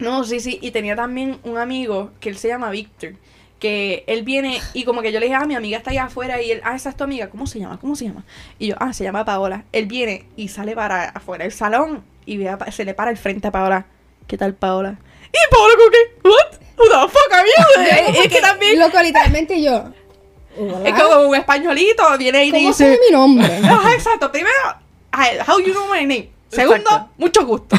No, sí, sí, y tenía también un amigo que él se llama Víctor, que él viene y como que yo le dije, ah, mi amiga está allá afuera y él, ah, esa es tu amiga, ¿cómo se llama? ¿Cómo se llama? Y yo, ah, se llama Paola. Él viene y sale para afuera del salón y ve a Pa- se le para el frente a Paola. ¿Qué tal, Paola? Y Paola como que, what? What the fuck are you doing?" Es que también Loco, literalmente yo. es como un españolito, viene y te ¿Cómo dice, sabe mi nombre? "Ajá, exacto, primero, "Ay, how you know my name? Segundo, Exacto. mucho gusto.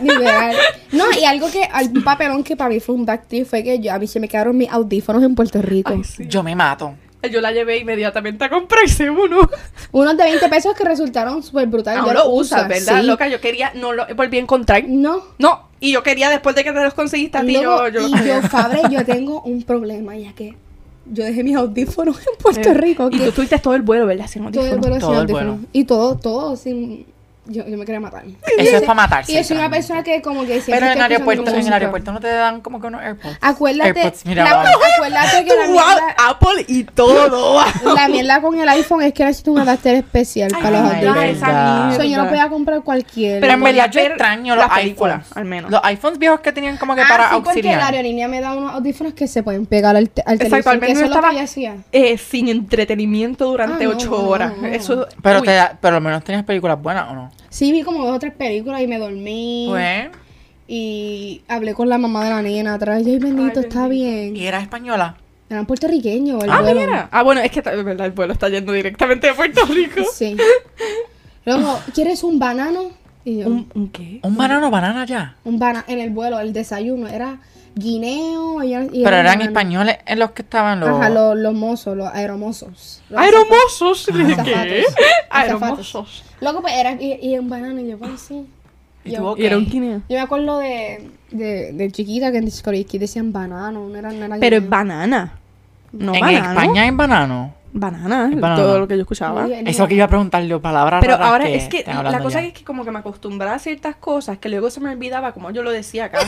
Literal. No, y algo que, algún papelón que para mí fue un backtick fue que yo, a mí se me quedaron mis audífonos en Puerto Rico. Ay, sí. Yo me mato. Yo la llevé inmediatamente a comprarse uno. Unos de 20 pesos que resultaron súper brutales. No yo lo los uso, usas, ¿verdad? sí. Loca, yo quería, no lo volví a encontrar. No. No, y yo quería después de que te los conseguiste a ti, Loco, yo, yo y los yo, quería. Fabre, yo tengo un problema, ya que yo dejé mis audífonos en Puerto Rico. Eh, Y que- tú tuviste todo el vuelo, ¿verdad? Sin todo el audífonos. vuelo sin Todo el audífonos. vuelo. Y todo, todo sin. Yo, yo me quería matar. Eso es para matarse. Y yo soy una literalmente. persona que, como que siempre. Pero está en, escuchando aeropuerto, en el música. aeropuerto no te dan como que unos AirPods. Acuérdate. AirPods, mira, la- vamos. acuérdate que la Wow, mierda, Apple y todo. la mierda con el iPhone es que necesito un adapter especial Ay, para los Ay, audífonos. verdad, esa So, yo no mierda. podía comprar cualquier. Pero en podías verdad yo ver extraño la los película, iPhones. al menos. Los iPhones viejos que tenían como que Ah, para sí, porque la auxiliar. aerolínea me da unos audífonos que se pueden pegar al, te- al Exacto, televisor. que al menos eso yo es lo estaba que yo hacía. eh, sin entretenimiento durante Ah, no, ocho no, no, horas. no. Eso. Pero, uy, te da- pero al menos tenías películas buenas o no. Sí, vi como dos o tres películas y me dormí. Pues, Y hablé con la mamá de la nena atrás. Y ay, bendito, está bien. y era española. Eran puertorriqueños. el Ah, vuelo. mira. Ah, bueno, es que ta- es verdad, el vuelo está yendo directamente de Puerto Rico. Sí. Luego, ¿quieres un banano? Y yo, un, ¿Un, un qué? Un banano, banana ya. banano en el vuelo, el desayuno. Era guineo. Y y Pero eran banano. españoles en los que estaban los. Ajá, los, los mozos, los aeromozos. Los Aeromosos. ¿Qué? azafatos. Aeromosos. Luego, pues, era y, y un banano. Y yo, pues, sí. ¿Y Yo- tú Y era un qué? guineo. Yo me acuerdo de, de, de chiquita que en Discorisqui decían banano, no eran naranjas. Pero es banana. No en banano. España es banano. Banana, Es banana. todo lo que yo escuchaba. Eso que iba a preguntarle, palabras Pero raras ahora es que están la hablando cosa ya. es que como que me acostumbraba a ciertas cosas que luego se me olvidaba como yo lo decía acá.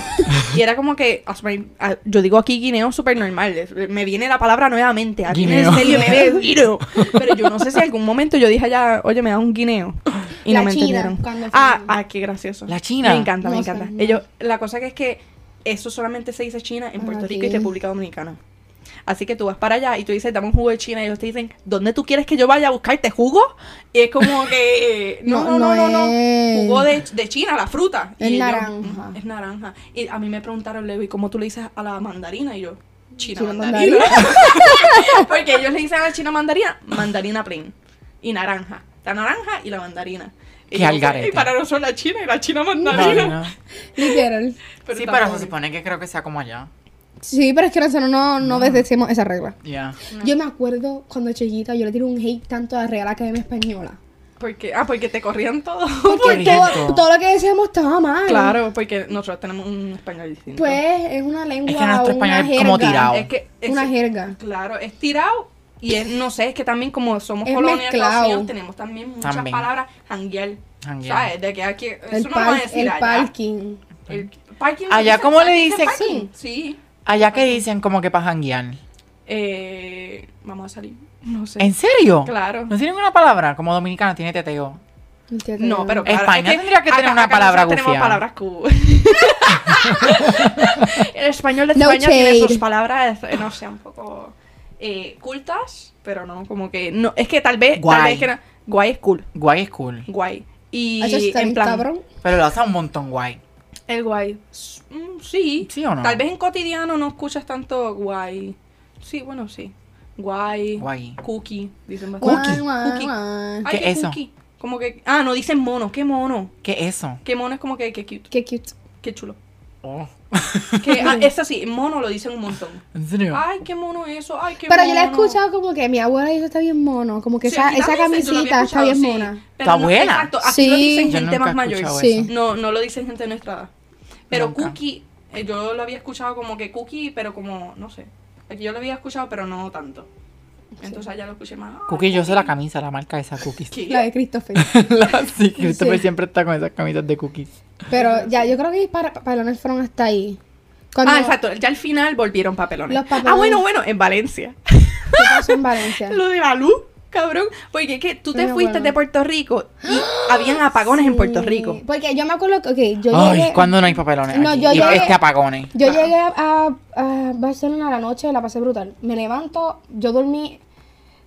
y era como que as- me- a- yo digo aquí guineo súper normal. es- Me viene la palabra nuevamente. A mí en Guineo. serio me viene guineo. Pero yo no sé si algún momento yo dije allá, oye, me da un guineo. Y La no me china, cuando entendieron. fue- Ah, ah, qué gracioso. La china. Me encanta, me No sé, encanta. no. Ellos, la cosa que es que eso solamente se dice China en Ah, Puerto aquí. Rico y República Dominicana. Así que tú vas para allá y tú dices, dame un jugo de China. Y ellos te dicen, ¿dónde tú quieres que yo vaya a buscarte jugo? Y es como que, eh, no, no, No, no, no, no no. es. Jugo de, de China, la fruta. Y Es ellos, naranja. "Mm, Es naranja. Y a mí me preguntaron, Leo, ¿y cómo tú le dices a la mandarina? Y yo, China, China mandarina. Porque ellos le dicen a la China mandarina, mandarina plain. Y naranja. La naranja y la mandarina. Qué Y yo, algarete. Y para nosotros la China y la China mandarina. Banano. Literal. Sí, está pero se bueno. supone que creo que sea como allá. Sí, pero es que nosotros no, no obedecemos esa regla. Ya. Yo me acuerdo cuando chiquita yo le tiré un hate tanto a la Real Academia Española. Porque, ah, porque te corrían todo. Porque rico. todo, todo lo que decíamos estaba mal. claro, porque nosotros tenemos un español distinto. Pues es una lengua, Es que una nuestro español es jerga. como tirado. es que es- Una jerga. Claro, es tirado. Y es, no sé, es que también como somos Es colonia de Estados mezclado. Unidos, tenemos también muchas También. palabras. Janguear. Janguear. ¿Sabes? De que aquí. Eso El, no lo van a par- decir el allá. parking. El parking. Allá, ¿dicen ¿cómo le parking? dicen? parking? Sí. Allá que dicen como que para janguear. Eh, vamos a salir. No sé. ¿En serio? Claro. No tiene ninguna palabra. Como dominicana tiene teteo. No, pero claro, España es tendría que tener una nosotros palabra Tenemos gufiada. palabras cu- El español de No España tiene shade. sus palabras, eh, no sé, un poco eh, cultas, pero no, como que no, es que tal vez, Guay. tal vez que no- guay es cool, Guay es cool. guay. Y Eso está en bien plan, cabrón. Pero lo hace un montón guay. el guay, s- mm, sí, ¿Sí o no? Tal vez en cotidiano no escuchas tanto guay. Sí, bueno, sí. Guay, Guay. cookie, dicen Guay, bastante. guay, Cookie. guay. Ay, ¿Qué qué eso? cookie. Como que, ah, no dicen mono, qué mono. ¿Qué es eso? Qué mono es como que, qué cute, Qué cute. qué chulo. Oh. Que, ah, eso sí, mono lo dicen un montón. ¿En serio? Ah. Ay, qué mono eso, ay, qué Pero mono. yo la he escuchado como que mi abuela dijo está bien mono, como que Sí, esa, aquí esa también se- yo lo había camisita está escuchado, bien sí. mona. Pero Está no- buena. Exacto, así Sí. lo dicen Yo nunca gente más he mayor. escuchado Sí. eso. No, no lo dicen gente de nuestra edad. Pero Nunca. cookie, eh, yo lo había escuchado como que cookie, pero como, no sé. Aquí yo lo había escuchado, pero no tanto. Entonces allá lo escuché más. ay, Cookie, yo sé la camisa, la marca de esa cookies. ¿qué? La de Christopher. La- sí, Christopher Sí. siempre está con esas camisas de cookies. Pero ya, yo creo que mis pa- papelones fueron hasta ahí. Cuando Ah, exacto. Ya al final volvieron papelones. Los papelones. Ah, bueno, bueno, en Valencia. ¿Qué pasó en Valencia? Lo de la luz, cabrón. Porque es que tú te Ay, fuiste bueno. de Puerto Rico y habían apagones en Puerto Sí, Rico. Mm, Porque yo me acuerdo que ok, yo Ay, llegué, cuando no hay papelones. No, aquí? yo y llegué- este apagones. yo Claro. llegué a, a- a Barcelona a la noche, la pasé brutal. Me levanto, yo dormí,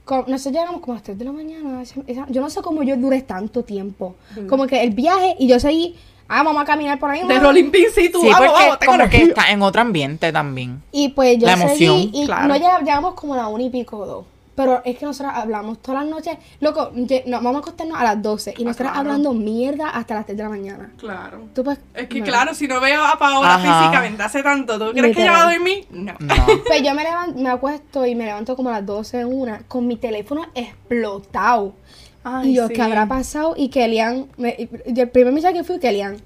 con, nosotros llegamos como a las 3 de la mañana. esa- esa- yo no sé cómo yo duré tanto tiempo. Como que el viaje y yo seguí, ah, vamos a caminar por ahí. De vamos a- Rolling Pin, sí, tú. Sí, vamos, porque vamos, tengo como que energía. está en otro ambiente también. Y pues yo La emoción, seguí y claro. no llega- llegamos como a la una y pico o dos. Pero es que nosotras hablamos todas las noches, loco, ye- nos vamos a acostarnos a las 12 y nosotras Ah, claro. hablando mierda hasta las 3 de la mañana. Claro. Tú pues, puedes- Es que bueno. claro, si no veo a Paola Ajá. físicamente hace tanto, ¿tú crees que ella va a dormir? No. No. Pues yo me, levan- me acuesto y me levanto como a las 12 una con mi teléfono explotado. Ay, y yo, sí. ¿qué habrá pasado? Y Kellyanne, me- y- y el primer mensaje que fui, Kellyanne,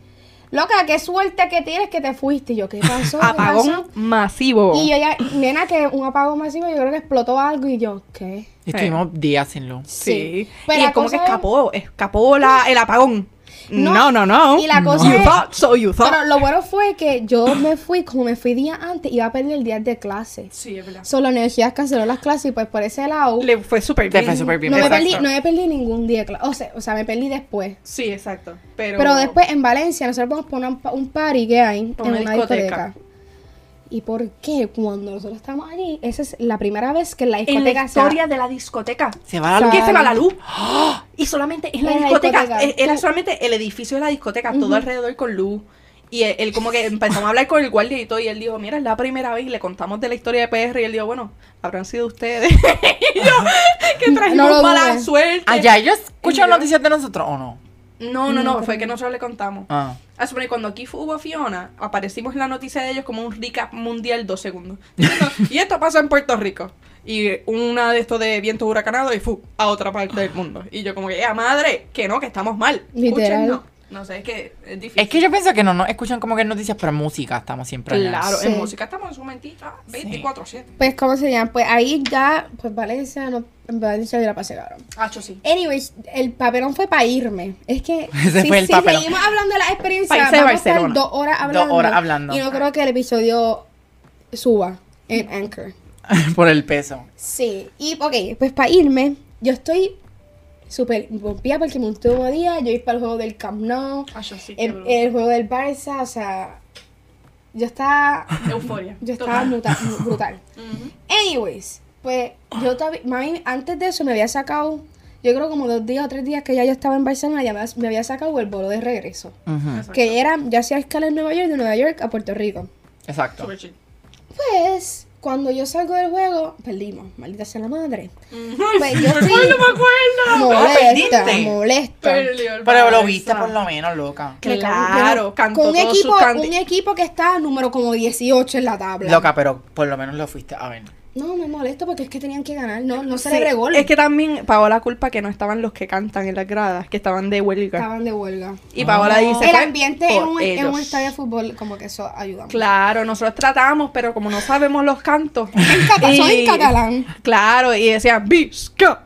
loca, qué suerte que tienes que te fuiste. Y yo, ¿qué pasó? ¿Qué Apagón pasó? masivo. Y yo ya, nena, que un apagón masivo, yo creo que explotó algo y yo, ¿qué? Y Estuvimos días sin luz. Sí. Sí. Pero y la es como que cosa es- escapó, escapó la, el apagón. No, No, no, no. y la cosa You es- thought, so you thought. Pero lo bueno fue que yo me fui, como me fui día antes, iba a perder el día de clase. sí, es verdad. Solo la universidad canceló las clases y pues por ese lado Le fue súper Te bien. fue súper bien. no, me exacto. perdí, no me perdí ningún día de clase. O sea, o sea, me perdí después. Sí, exacto. Pero, Pero, después en Valencia nosotros vamos por una- un party que hay Por en una una discoteca. discoteca. ¿Y por qué cuando nosotros estamos allí? Esa es la primera vez que la discoteca En la se- historia de la discoteca. Se va la O luz. sea, ¿Qué se va la luz? ¡Ah! Y solamente es la En la discoteca. discoteca. e- Era Tú- solamente el edificio de la discoteca, todo alrededor con luz. Y e-, él, él como que empezamos a hablar con el guardia y todo. Y él dijo, mira, es la primera vez. Y le contamos de la historia de PR. Y él dijo, bueno, habrán sido ustedes. y yo, que trajimos lo mala dudes. suerte. Allá, ¿ellos escuchan Y yo- noticias de nosotros o no? No, no, no, No, fue que nosotros le contamos. Ah. A suponer, cuando aquí fu- hubo Fiona, aparecimos en la noticia de ellos como un recap mundial dos segundos. Diciendo, y esto pasó en Puerto Rico. Y una de estos de vientos huracanados y fu, a otra parte del mundo. Y yo como que, ¡ah, madre! Que no, que estamos mal. Literal. Escúchennos. No sé, es que es difícil. Es que yo pienso que no nos escuchan como que en noticias, pero en música estamos siempre. en Claro, Sí. en música estamos en su mentita 24-7. Pues, ¿cómo se llama? Pues ahí ya, pues Valencia, no, en Valencia yo la pasé cabrón. Hacho sí. Anyways, el papelón fue para irme. Es que Ese si, fue el si papelón. seguimos hablando de la experiencia, País de vamos a estar Barcelona. dos horas hablando. horas hablando. Y no creo que el episodio suba en Anchor. la- Por el peso. Sí, y ok, pues para irme, yo estoy súper bombía porque me gustó un día, yo iba para el juego del Camp Nou, Hacho sí. qué el, bruto. el juego del Barça, o sea, yo estaba, Euforia. yo estaba Total. muta- mu- brutal. Ujú. Anyways, pues yo todavía, mami, antes de eso me había sacado, yo creo como dos días o tres días que ya yo estaba en Barcelona, ya me, había- me había sacado el bolo de regreso. Ujú, Exacto. Que era, yo hacía escala en Nueva York, de Nueva York a Puerto Rico. Exacto. Súper chill. Pues, cuando yo salgo del juego, perdimos, maldita sea la madre. Ujú. Pues yo estoy Ah, molesta, perdiste. molesta. Perdió el Pero lo Barça. viste por lo menos, loca. Me cago en- Claro, cantó con un todos sus equipo, canti- un equipo que está número como 18 en la tabla. Loca, pero por lo menos lo fuiste a ver. No, me molesto porque es que tenían que ganar. No, no Sí, celebré gol. Es que también Paola culpa que no estaban los que cantan en las gradas, que estaban de huelga. estaban de huelga. Y Paola Oh. dice. Ah. El fue ambiente por en un, en ellos. un estadio de fútbol, como que eso ayuda. mucho. Claro, nosotros tratamos, pero como no sabemos los cantos. cata- y- son en catalán. Claro, y decían, Visca,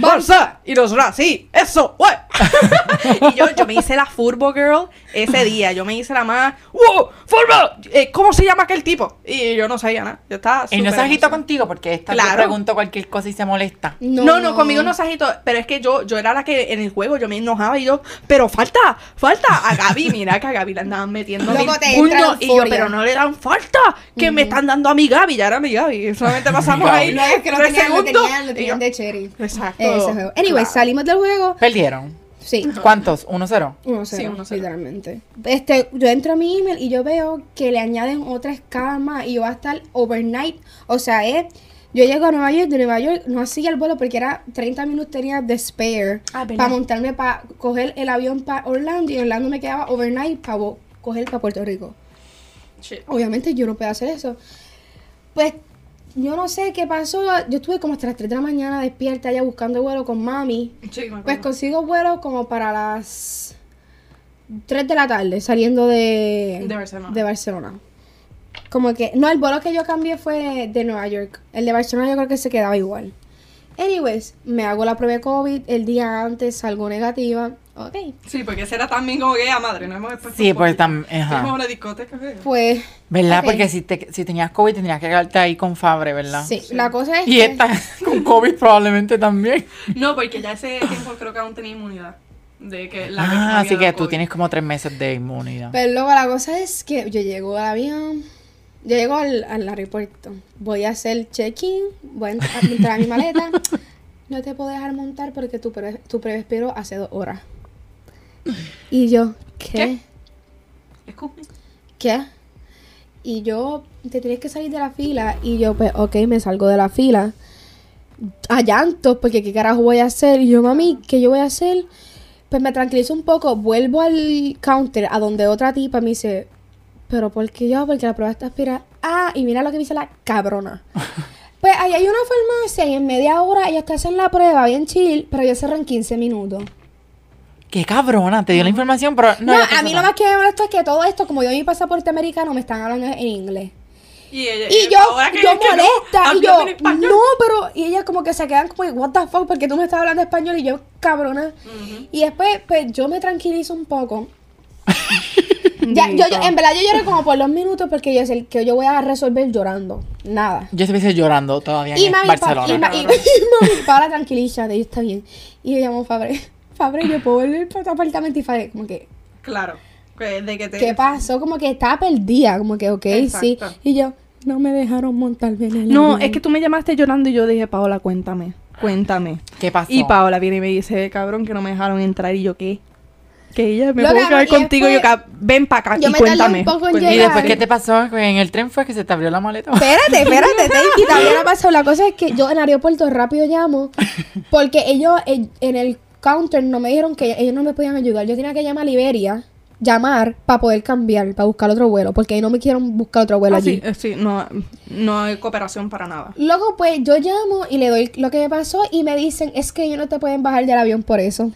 Barça, y nosotros así, eso, güey. y yo, yo me hice la Furbo Girl ese día, yo me hice la más, wow, Furbo, eh, ¿cómo se llama aquel tipo? Y yo no sabía nada, yo estaba Y no súper se agitó emocionada. contigo porque esta Claro. te pregunto cualquier cosa y se molesta. No, no, conmigo no se agitó, pero es que yo, yo era la que en el juego yo me enojaba y yo, pero falta, falta a Gaby, mira que a Gaby le andaban metiendo Luego mil te entra puños, y yo, euforia. Mm. pero no le dan falta, que me están dando a mi Gaby, ya era mi Gaby, solamente pasamos Gaby. ahí No, es que lo tres tenían, lo segundos, tenían, lo y tenían yo, de cherry. Exacto. Ese juego. Anyway, Claro. salimos del juego. Perdieron. Sí. ¿Cuántos? ¿1-0? Uno Sí, cero, uno cero. literalmente. Este, yo entro a mi email y yo veo que le añaden otra escala más y yo va a estar overnight. O sea, es, yo llego a Nueva York, de Nueva York no hacía el vuelo porque era 30 minutos tenía de spare Ah, verdad. para montarme, para coger el avión para Orlando y Orlando me quedaba overnight para coger para Puerto Rico. Shit. Obviamente yo no puedo hacer eso. Pues yo no sé qué pasó, yo estuve como hasta las 3 de la mañana despierta ya buscando el vuelo con mami. Sí, me acuerdo. Pues consigo vuelo como para las 3 de la tarde, saliendo de, De Barcelona. de Barcelona. Como que, no, el vuelo que yo cambié fue de Nueva York. El de Barcelona yo creo que se quedaba igual. Anyways, me hago la prueba de COVID, el día antes salgo negativa. Ok. Sí, porque será también como que a madre, no hemos expuesto Sí, un pues poquito. también. Es como una discoteca. ¿qué? Pues, ¿Verdad? Ok. Porque si, te- si tenías COVID tendrías que quedarte ahí con Fabre, ¿verdad? sí, Este. la cosa es Y que- esta con COVID probablemente también. No, porque ya ese tiempo creo que aún tenía inmunidad. De que la vez Ah, había así que dado tú COVID. tienes como tres meses de inmunidad. Pero luego la cosa es que yo llego al avión, yo llego al, al aeropuerto, voy a hacer check-in, voy a entrar, entrar a mi maleta, no te puedo dejar montar porque tu, pre- tu previo expiró hace dos horas. Y yo, ¿qué? Escupe. ¿Qué? Y yo, te tienes que salir de la fila y yo, pues, ok, me salgo de la fila. A llantos, porque qué carajo voy a hacer. Y yo, mami, ¿qué yo voy a hacer? Pues me tranquilizo un poco, vuelvo al counter, a donde otra tipa me dice, pero ¿por qué yo? Porque la prueba está aspirada. Ah, y mira lo que me dice la cabrona. Pues ahí hay una farmacia y en media hora ellos te hacen la prueba bien chill, pero yo cerro en 15 minutos. Qué cabrona, te dio la información, pero No, no. yo a mí pienso lo más que me molesta es que todo esto, como yo mi pasaporte americano, me están hablando en inglés. Y, ella, Y yo, Eh, ahora que- yo que no, molesta, y háblame en yo, español. no, pero, y ellas como que se quedan como, what the fuck, porque tú me estás hablando español y yo, cabrona. Ujú. Y después, pues, yo me tranquilizo un poco. ya, yo, em yo- en verdad, yo lloré como por dos minutos porque yo sé que yo voy a resolver llorando, nada. Yo estuviese llorando todavía Y en mami, pa, y, Barcelona. ma- y- y mami, para tranquilízate, está bien. Y yo llamo a Fabre, Fabre, yo puedo volver para tu apartamento y Fabre, como que, Claro. que- De que te... ¿qué pasó? Como que estaba perdida, como que, ok, sí. Exacto. Y yo, no me dejaron montarme en el No, avión". es que tú me llamaste llorando y yo dije, Paola, cuéntame, cuéntame. ¿Qué pasó? Y Paola viene y me dice, cabrón, que no me dejaron entrar. Y yo, ¿qué? Que ella me Lo puedo que- quedar y contigo. Y yo, después- "Cab- ven para acá Yo y me tardé un cuéntame. poco en cuéntame". ¿Y llegar. después qué te pasó? En el tren fue que se te abrió la maleta. Espérate, espérate, Tenki, también ha pasado. La cosa es que yo en aeropuerto rápido llamo porque ellos en, en el counter no me dijeron que ellos no me podían ayudar. Yo tenía que llamar a Liberia, llamar para poder cambiar, para buscar otro vuelo, porque no me quieren buscar otro vuelo Ah, allí. sí, eh, sí, no, no hay cooperación para nada. Luego, pues yo llamo y le doy lo que me pasó y me dicen, es que ellos no te pueden bajar del avión por eso.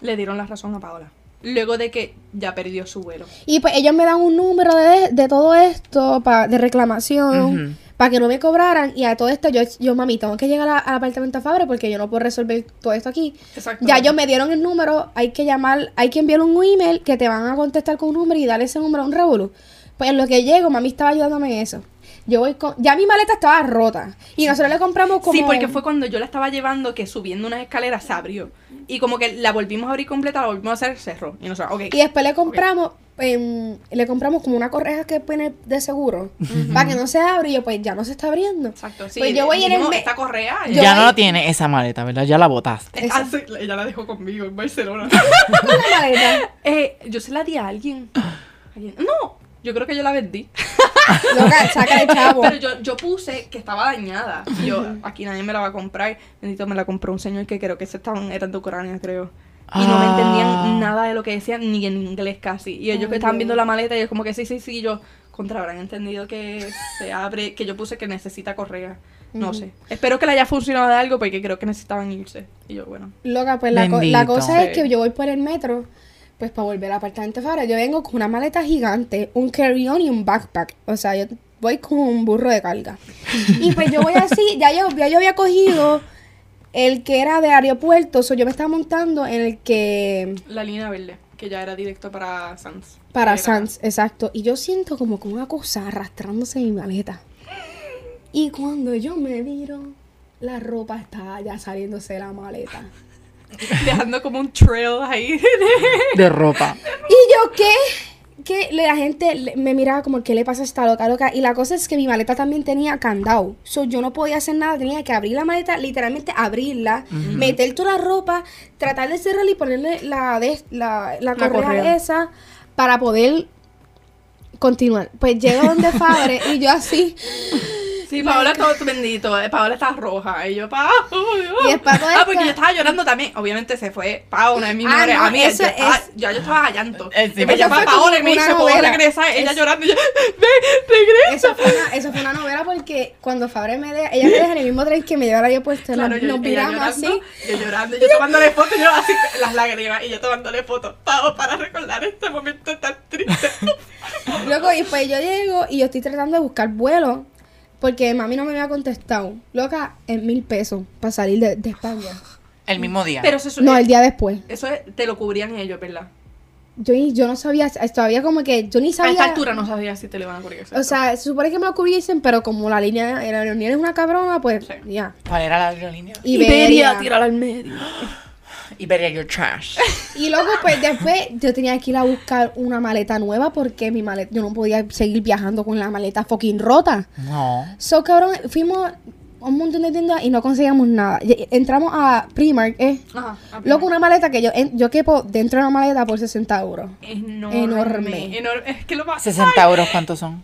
Le dieron la razón a Paola. Luego de que ya perdió su vuelo. Y pues ellos me dan un número de, de todo esto, pa- de reclamación, Ujú. para que no me cobraran. Y a todo esto, yo, yo mami, tengo que llegar a- al apartamento de Fabre porque yo no puedo resolver todo esto aquí. Exacto. Ya ellos me dieron el número, hay que llamar, hay que enviar un email que te van a contestar con un número y darle ese número a un revolú. Pues en lo que llego, mami estaba ayudándome en eso. Yo voy con... Ya mi maleta estaba rota. Y nosotros le compramos como... Sí, porque fue cuando yo la estaba llevando que subiendo unas escaleras se abrió. Y como que la volvimos a abrir completa, la volvimos a hacer cerró. Y nosotros, ok. Y después le compramos... em, le compramos como una correja que pone de seguro. Para que no se abra y yo, pues ya no se está abriendo. Exacto, sí. eh, Pues yo voy en el... dijimos, me- Esta correa. Yo- ya no la tiene esa maleta, ¿verdad? Ya la botaste. eh, ah, sí, ella la dejó conmigo en Barcelona. con la maleta. Eh, yo se la di a alguien. Alguien- No, yo creo que yo la vendí. Loca, saca el chavo. Pero yo, yo puse que estaba dañada. Y Yo, aquí nadie me la va a comprar. Bendito, me la compró un señor que creo que se estaban, eran de Ucrania, creo. Y no me Ah. entendían nada de lo que decían, ni en inglés casi. Y ellos Ay, que estaban viendo Dios. la maleta, y ellos como que sí, sí, sí, y yo, contra, habrán entendido que se abre, que yo puse que necesita correa. No Ujú. sé. Espero que le haya funcionado de algo porque creo que necesitaban irse. Y yo, bueno. Loca, pues la, co- Bendito. la cosa es Sí. que yo voy por el metro, pues para volver al apartamento de Fabra, yo vengo con una maleta gigante, un carry-on y un backpack. O sea, yo voy con un burro de carga. Y pues yo voy así, ya yo, ya yo había cogido el que era de aeropuerto, o yo me estaba montando en el que... La línea verde, que ya era directo para Sans. Para Era- Sans, exacto. Y yo siento como que una cosa arrastrándose en mi maleta. Y cuando yo me miro, la ropa está ya saliéndose de la maleta. Dejando como un trail ahí. De ropa. Y yo, ¿qué? Que la gente le- me miraba como, ¿qué le pasa a esta loca, loca? Y la cosa es que mi maleta también tenía candado. So, yo no podía hacer nada, tenía que abrir la maleta, literalmente abrirla, meter toda la ropa, tratar de cerrarla y ponerle la, de, la, la La correa correa. esa para poder continuar. Pues llego donde Fabre y yo así, Sí, Paola todo bendito. eh, Paola está roja. Y yo, Pao. Y el Paco Ah, porque está- yo estaba llorando también. Obviamente se fue Pao, una de mis Ah, mejores no, amigas. eso yo, estaba- es- ya yo estaba a llanto. Eh, sí, y me eso llama fue Paola y como me dice, una ¿puedo novela. regresar? Ella Es- llorando. Y yo, ven, regresa. eso fue una, eso fue una novela porque cuando Fabre me deja, ella me deja en el mismo tren que me lleva al aeropuerto, Claro, nos, yo, nos ella miramos llorando, así. Yo llorando, yo tomándole fotos, yo así, las lágrimas. Y yo tomándole fotos, Pao, para recordar este momento tan triste. Luego, y pues yo llego y yo estoy tratando de buscar vuelo porque mami no me había contestado. Loca, en mil pesos para salir de, de España. El mismo día. Pero eso, eh, No, el día después. eso es- te lo cubrían ellos, ¿verdad? Yo, ni- yo no sabía, todavía como que yo ni A sabía. esta altura no sabía si te lo iban a cubrir. O exacto. sea, se supone que me lo cubriesen, pero como la línea, la aerolínea es una cabrona, pues Sí. ya. ¿Cuál era la aerolínea? Iberia. tirar al medio. Iberia, your trash. Y luego, pues después yo tenía que ir a buscar una maleta nueva porque mi maleta, yo no podía seguir viajando con la maleta fucking rota. No. So, cabrón, fuimos a un montón de tiendas y no conseguíamos nada. Y- Entramos a Primark, ¿eh? Ajá. a ver. Loco, una maleta que yo, en- yo quepo dentro de una maleta por 60 euros. Enorme. Enorme. Enorme. Es que lo más. 60 euros, ¿cuántos son?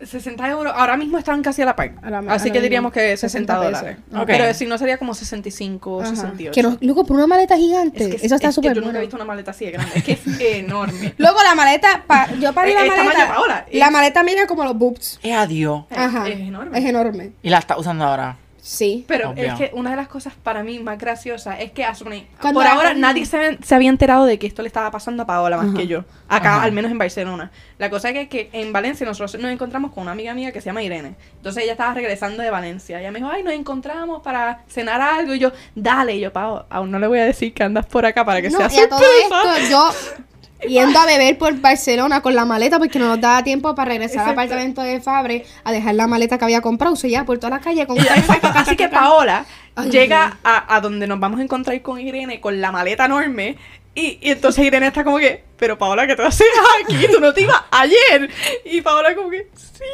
Ay, 60 euros. Ahora mismo están casi a la par. A la- a Así la que misma. diríamos que 60 60 pesos. dólares. Ok. Pero si no sería como 65 o Ajá. 68. Que no, loco, por una maleta gigante. es que, Eso está es que súper Yo nunca he bueno. visto una maleta así de grande. Es que es enorme. Luego la maleta, pa- yo parí Eh, la eh, tamaño maleta. Paola, eh. La maleta mira como los boobs. Es adiós. Es- Ajá. es enorme. Es enorme. Y la está usando ahora. Sí. Pero Obvio. es que una de las cosas para mí más graciosas es que Asune, Cuando por la- ahora nadie se, se había enterado de que esto le estaba pasando a Paola más Ajá. que yo. Acá, Ajá. al menos en Barcelona. La cosa es que, que en Valencia nosotros nos encontramos con una amiga mía que se llama Irene. Entonces ella estaba regresando de Valencia. Ella me dijo, ay, nos encontramos para cenar algo. Y yo, dale. Y yo, Pao, aún no le voy a decir que andas por acá para que No, sea y a todo sorpresa. esto yo yendo a beber por Barcelona con la maleta porque no nos daba tiempo para regresar al Exacto. apartamento de Fabre a dejar la maleta que había comprado. Se ya por toda la calle con Exacto. Así que Paola Ay, llega a, a donde nos vamos a encontrar con Irene con la maleta enorme. Y, y entonces Irene está como que, pero Paola, ¿qué tú haces aquí? Tú no te ibas ayer. Y Paola como que, sí,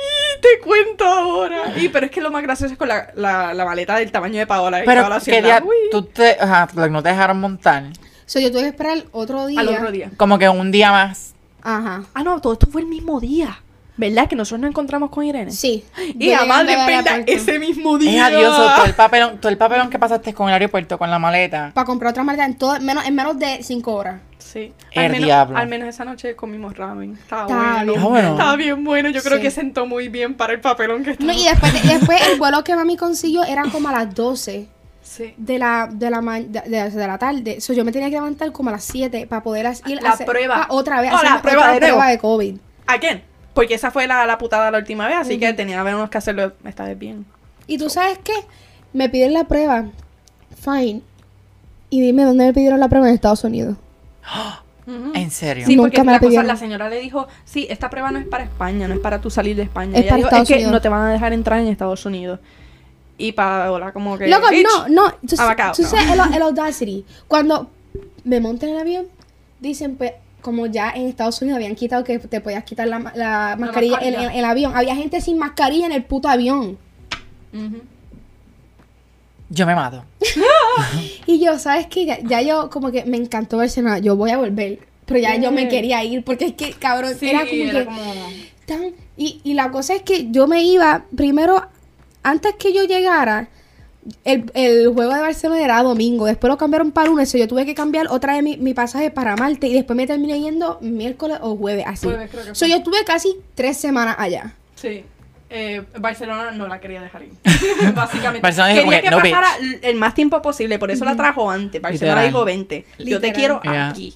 te cuento ahora. Y pero es que lo más gracioso es con la, la- la maleta del tamaño de Paola. Y Pero Paola que haciendo, día "Uy". tú te, ajá, like, no te dejaron montar. So, yo tuve que esperar otro día. al otro día. Como que un día más. Ajá. Ah, no, todo esto fue el mismo día. ¿Verdad? Que nosotros nos encontramos con Irene. Sí. Y Yo a madre llegando al pena, aeropuerto ese mismo Es día. adiós, todo el papelón, todo el papelón que pasaste con el aeropuerto, con la maleta. Para comprar otra maleta en, todo, en menos, en menos de 5 horas. Sí. El al menos, diablo. al menos esa noche comimos ramen. Estaba Estaba bueno. bien bueno. Estaba bien bueno. Yo creo Sí. que sentó muy bien para el papelón que No, estaba. y después, y después el vuelo que mami consiguió era como a las 12 Sí. de la, de la, ma- de, de- de la tarde. So, yo me tenía que levantar como a las 7 para poder as- ir La a hacer- prueba. ah, otra vez. Oh, la hacerme prueba otra de nuevo. prueba de COVID. ¿A quién? Porque esa fue la, la putada la última vez, así que teníamos que hacerlo esta vez bien. Y tú sabes qué? Me piden la prueba. Fine. Y dime dónde me pidieron la prueba en Estados Unidos. En serio. Sí, Nunca porque me la, la cosa, pidieron. la señora le dijo, sí, esta prueba no es para España, no es para tú salir de España. Es Ella para dijo, Estados es que Unidos". no te van a dejar entrar en Estados Unidos. Y Paola como que... Loco, "Bitch". no, no. Tú, Abacado, tú no. sabes el, el Audacity. Cuando me montan en el avión, dicen, pues, como ya en Estados Unidos habían quitado que te podías quitar la, ma- la mascarilla en mascarilla. en- en el avión. Había gente sin mascarilla en el puto avión. Ujú. Yo me mato. Y yo, ¿sabes qué? Ya, ya yo, como que me encantó Barcelona. Yo voy a volver. Pero ya yo me quería ir porque es que, cabrón, Sí, era como era que. como- tan- y, y la cosa es que yo me iba, primero, antes que yo llegara, el, el juego de Barcelona era domingo, después lo cambiaron para lunes, so yo tuve que cambiar otra vez mi, mi pasaje para Marte y después me terminé yendo miércoles o jueves, así. Jueves creo que So fue. yo estuve casi tres semanas allá. Sí. Eh, Barcelona no la quería dejar ir. Básicamente. Barcelona dijo quería como que, que "No, bitch". pasara l- el más tiempo posible. Por eso la trajo antes. Barcelona Literal. dijo 20. Yo te Literal. quiero Yeah. aquí.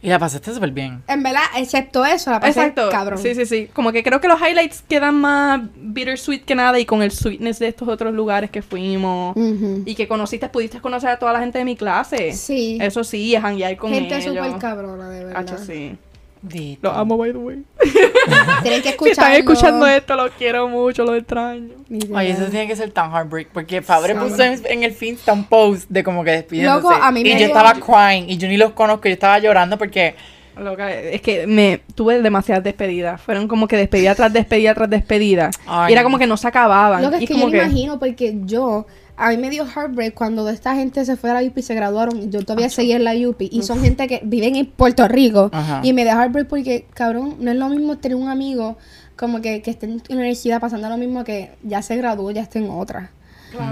Y la pasaste súper bien. En verdad, excepto eso, la pasé Exacto. cabrón. Sí, sí, sí. Como que creo que los highlights quedan más bittersweet que nada. Y con el sweetness de estos otros lugares que fuimos. Ujú. Y que conociste, pudiste conocer a toda la gente de mi clase. Sí. Eso sí, es janguear con Gente ellos. súper cabrona, de verdad. Hacho, sí. Dito. Los amo, by the way. Tienen que Si escuchar. están escuchando esto, los quiero mucho, los extraño. Ay, eso tiene que ser tan heartbreak. Porque Fabre puso en, en el Finsta un post de como que despidiéndose. Loco, a mí y me yo dio- estaba crying. Y yo ni los conozco. Yo estaba llorando porque. Loca, es que me tuve demasiadas despedidas. Fueron como que despedida tras despedida tras despedida. Ay. Y era como que no se acababan. Lo que y es que como yo no imagino porque yo, a mí me dio heartbreak cuando esta gente se fue a la UP y se graduaron y yo todavía seguía en la UP y son gente que viven en Puerto Rico Ajá. y me da heartbreak porque, cabrón, no es lo mismo tener un amigo como que, que esté en la universidad pasando lo mismo que ya se graduó, ya está en otra.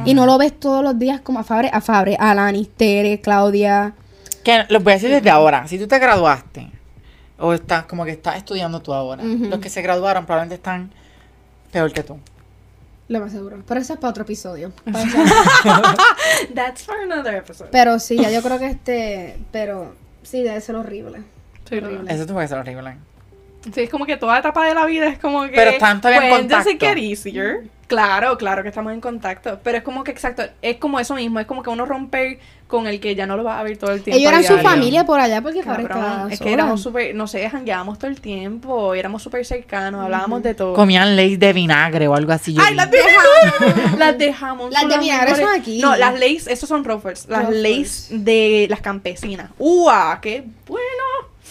Y no lo ves todos los días como a Fabre, a Fabre, a Lani, Tere, Claudia. Que los voy a decir desde ahora. Si tú te graduaste. O estás como que estás estudiando tú ahora. Ujú. Los que se graduaron probablemente están peor que tú. Lo más seguro. Pero eso es para otro episodio. That's for another episode. Pero sí, ya yo creo que este. Pero sí, debe ser horrible. Sí, horrible. Eso tuvo que ser horrible. Sí, es como que toda etapa de la vida es como que. Pero están todavía en when does it contacto. get easier? Claro, claro que estamos en contacto. Pero es como que exacto, es como eso mismo. Es como que uno romper con el que ya no lo vas a ver todo el tiempo. Ellos eran su diario. familia por allá porque Fabre Cabrón, estaba. es sola. que éramos súper, no sé, jangueábamos todo el tiempo, éramos súper cercanos, hablábamos de todo. Comían leyes de vinagre o algo así. yo ¡Ay, vi. las de jamón! las de jamón. Las son de vinagre son mejores. aquí. No, las Lays, esos son Ruffles. Las Ruffles. Lays de las campesinas. ¡Uah! ¡Qué bueno!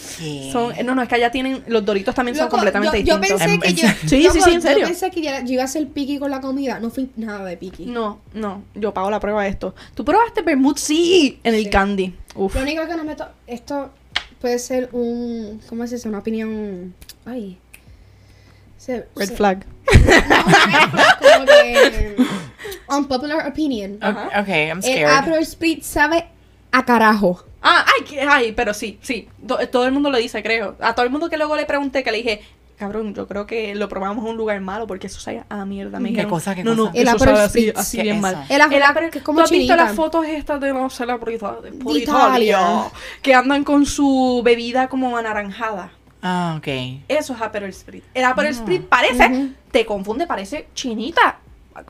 Sí. Son, no, no, es que allá tienen. Los doritos también son Loco, completamente yo, yo distintos. pensé En- que en yo, serio. Sí, sí, sí, en serio. Yo pensé que ya- yo iba a ser piqui con la comida. No fui nada de piqui. Em, No, no, yo pago la prueba de esto. ¿Tú probaste vermouth? Sí, en Sí. el candy. Uf. Lo único que no me to- Esto puede ser un. ¿Cómo se dice? Una opinión. Ay. Se- Red se- flag. no, red flag, como que. um, Unpopular opinion. Ok, Ajá. ok, I'm El scared. Aperol Spritz sabe a carajo. Ah, ay, que- ay, pero sí, sí. Do- todo el mundo lo dice, creo. A todo el mundo que luego le pregunté, que le dije, cabrón, yo creo que lo probamos en un lugar malo porque eso sabe a mierda. Me ¿Qué dijeron, cosa, qué no, cosa? no, El eso Aperol sabe así, Spritz. así ¿Qué bien es mal. eso? El Aperol, El Aperol- que es como ¿Tú has visto chinita. las fotos estas de no sé la prioridad de De Italia. Italia? Que andan con su bebida como anaranjada. Ah, ok. Eso es Aperol Spritz. El Aperol Ah. Spritz parece, Ujú. te confunde, parece chinita.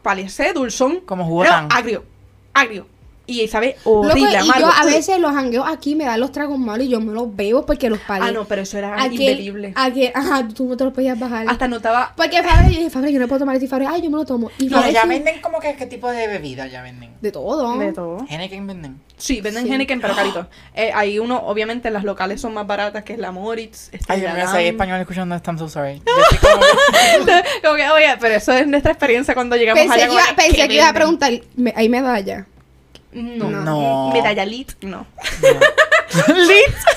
Parece dulzón. Como jugo pero tan. agrio. Agrio. Y sabe Loco, horrible, y amargo. yo a Ugh. veces los jangueos aquí me dan los tragos malos y yo me los bebo porque los pagué. Ah, no, pero eso era Aquel- imbebible. aquel- ajá, tú no te los podías bajar. Hasta notaba. Porque Fabre, yo dije, Fabre, yo no puedo tomar esto. Y Fabre, ay, yo me lo tomo. Y No, Fabre ya sí- venden como que qué tipo de bebida ya venden. De todo. todo. Heineken venden. Sí, venden Sí. Heineken, pero carito. Eh, hay uno, obviamente, las locales son más baratas, que es la Moritz. este, Ay, yo la no sé Dam. español escuchando esto, I'm so sorry. Yo estoy como que- Como que, oye, pero eso es nuestra experiencia cuando llegamos Pensé, allá. que como iba, que, pensé ¿qué que iba a venden? preguntar, me- ¿hay medalla? No. No. Medalla Lit, no.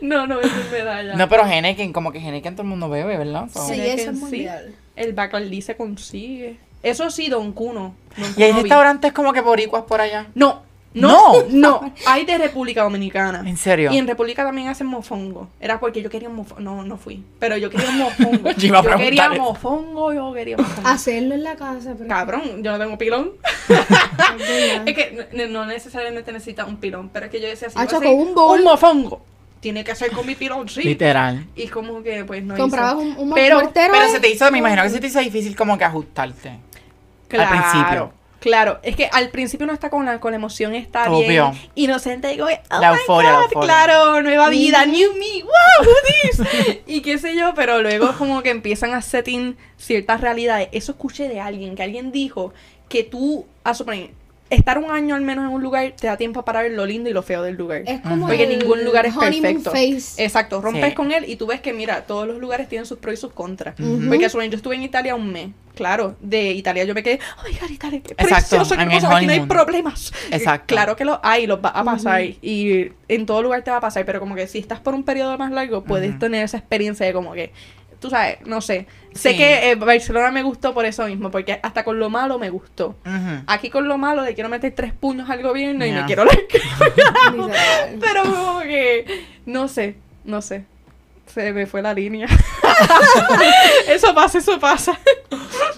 No, no es un medalla. no. No, pero Heineken, como que Heineken todo el mundo bebe, ¿verdad? So- Sí, Heineken, eso es sí. mundial. El Bacardi se consigue. Eso sí, Don Cuno. Don Y hay Cuno vi. restaurantes como que boricuas por allá. No. No, No. no, hay de República Dominicana. ¿En serio? Y en República también hacen mofongo. Era porque yo quería un mofongo. No, no fui. Pero yo quería un mofongo. Yo iba a preguntar quería eso. mofongo, yo quería mofongo. Hacerlo en la casa, pero... Cabrón, yo no tengo pilón. Es Ah. Es verdad. que no- no necesariamente necesita un pilón, pero es que yo decía, si Ah, voy a chaco, hacer un bol. mofongo, tiene que ser con mi pilón, sí. Literal. Y como que, pues, no Comprabas hice. un, un Pero- mortero, Pero ¿eh? se te hizo, me imagino que se te hizo difícil como que ajustarte. Claro, principio. Claro, es que al principio no está con la, con la emoción, está Obvio. bien inocente. Digo, oh La my euforia, la God, euforia. Claro, nueva vida, Mm. new me, wow, who this? y qué sé yo, pero luego como que empiezan a setting ciertas realidades. Eso escuché de alguien, que alguien dijo que tú, a suponer, estar un año al menos en un lugar te da tiempo para ver lo lindo y lo feo del lugar. Es como Porque el ningún lugar es honeymoon perfecto. Eh, phase. Exacto, rompes Sí. con él y tú ves que, mira, todos los lugares tienen sus pros y sus contras. Ujú. Porque suben, yo estuve en Italia un mes. Claro, de Italia yo me quedé, oh my god, Italia, qué Exacto, precioso, qué en el hermoso, aquí no hay honeymoon. problemas. Exacto. Claro que los hay, los va a pasar. Y en todo lugar te va a pasar, pero como que si estás por un periodo más largo, puedes Ujú. tener esa experiencia de como que, tú sabes, no sé. Sé Sí. que eh, Barcelona me gustó por eso mismo, porque hasta con lo malo me gustó. Ujú. Aquí con lo malo le quiero meter tres puños al gobierno y Ya. me quiero la Literal. pero como que. No sé, no sé. Se me fue la línea. eso pasa, eso pasa.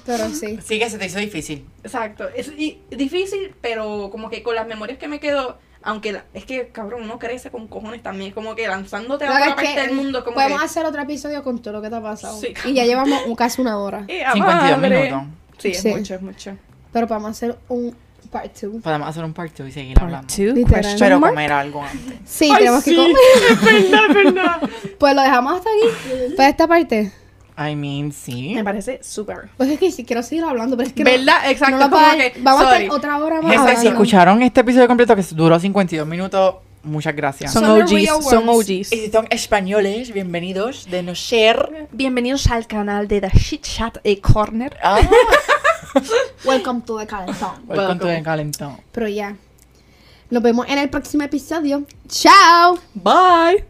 Pero sí. Sí que se te hizo difícil. Exacto. Es y- difícil, pero como que con las memorias que me quedo. Aunque la- es que, cabrón, uno crece con cojones también. Como que lanzándote a Lo que otra es parte que del mundo. Como podemos que, hacer otro episodio con todo lo que te ha pasado. Sí. Y ya llevamos un- casi una hora. ¡Eh, a 52 madre! minutos. Sí, es Sí. mucho, es mucho. Pero podemos hacer un part 2. Podemos hacer un part two y seguir hablando. Literal. Pero comer algo antes. Sí, Ay, tenemos que sí. comer. Es verdad, es verdad. Pues lo dejamos hasta aquí. Para esta parte. I mean, sí. me parece súper. Pues es que si quiero seguir hablando, pero es que no- ¿Verdad? no Exacto. lo como puedo- que, Vamos a sorry. estar otra hora más. Gente, si hablando. escucharon este episodio completo que duró 52 minutos, muchas gracias. Son Son the real OGs, son ones. OGs. y si son españoles, bienvenidos de no ser. Bienvenidos al canal de The Shit Chat eh, Corner. Ah, Welcome to the calentón. welcome to the calentón. Pero ya. Nos vemos en el próximo episodio. ¡Chao! Bye.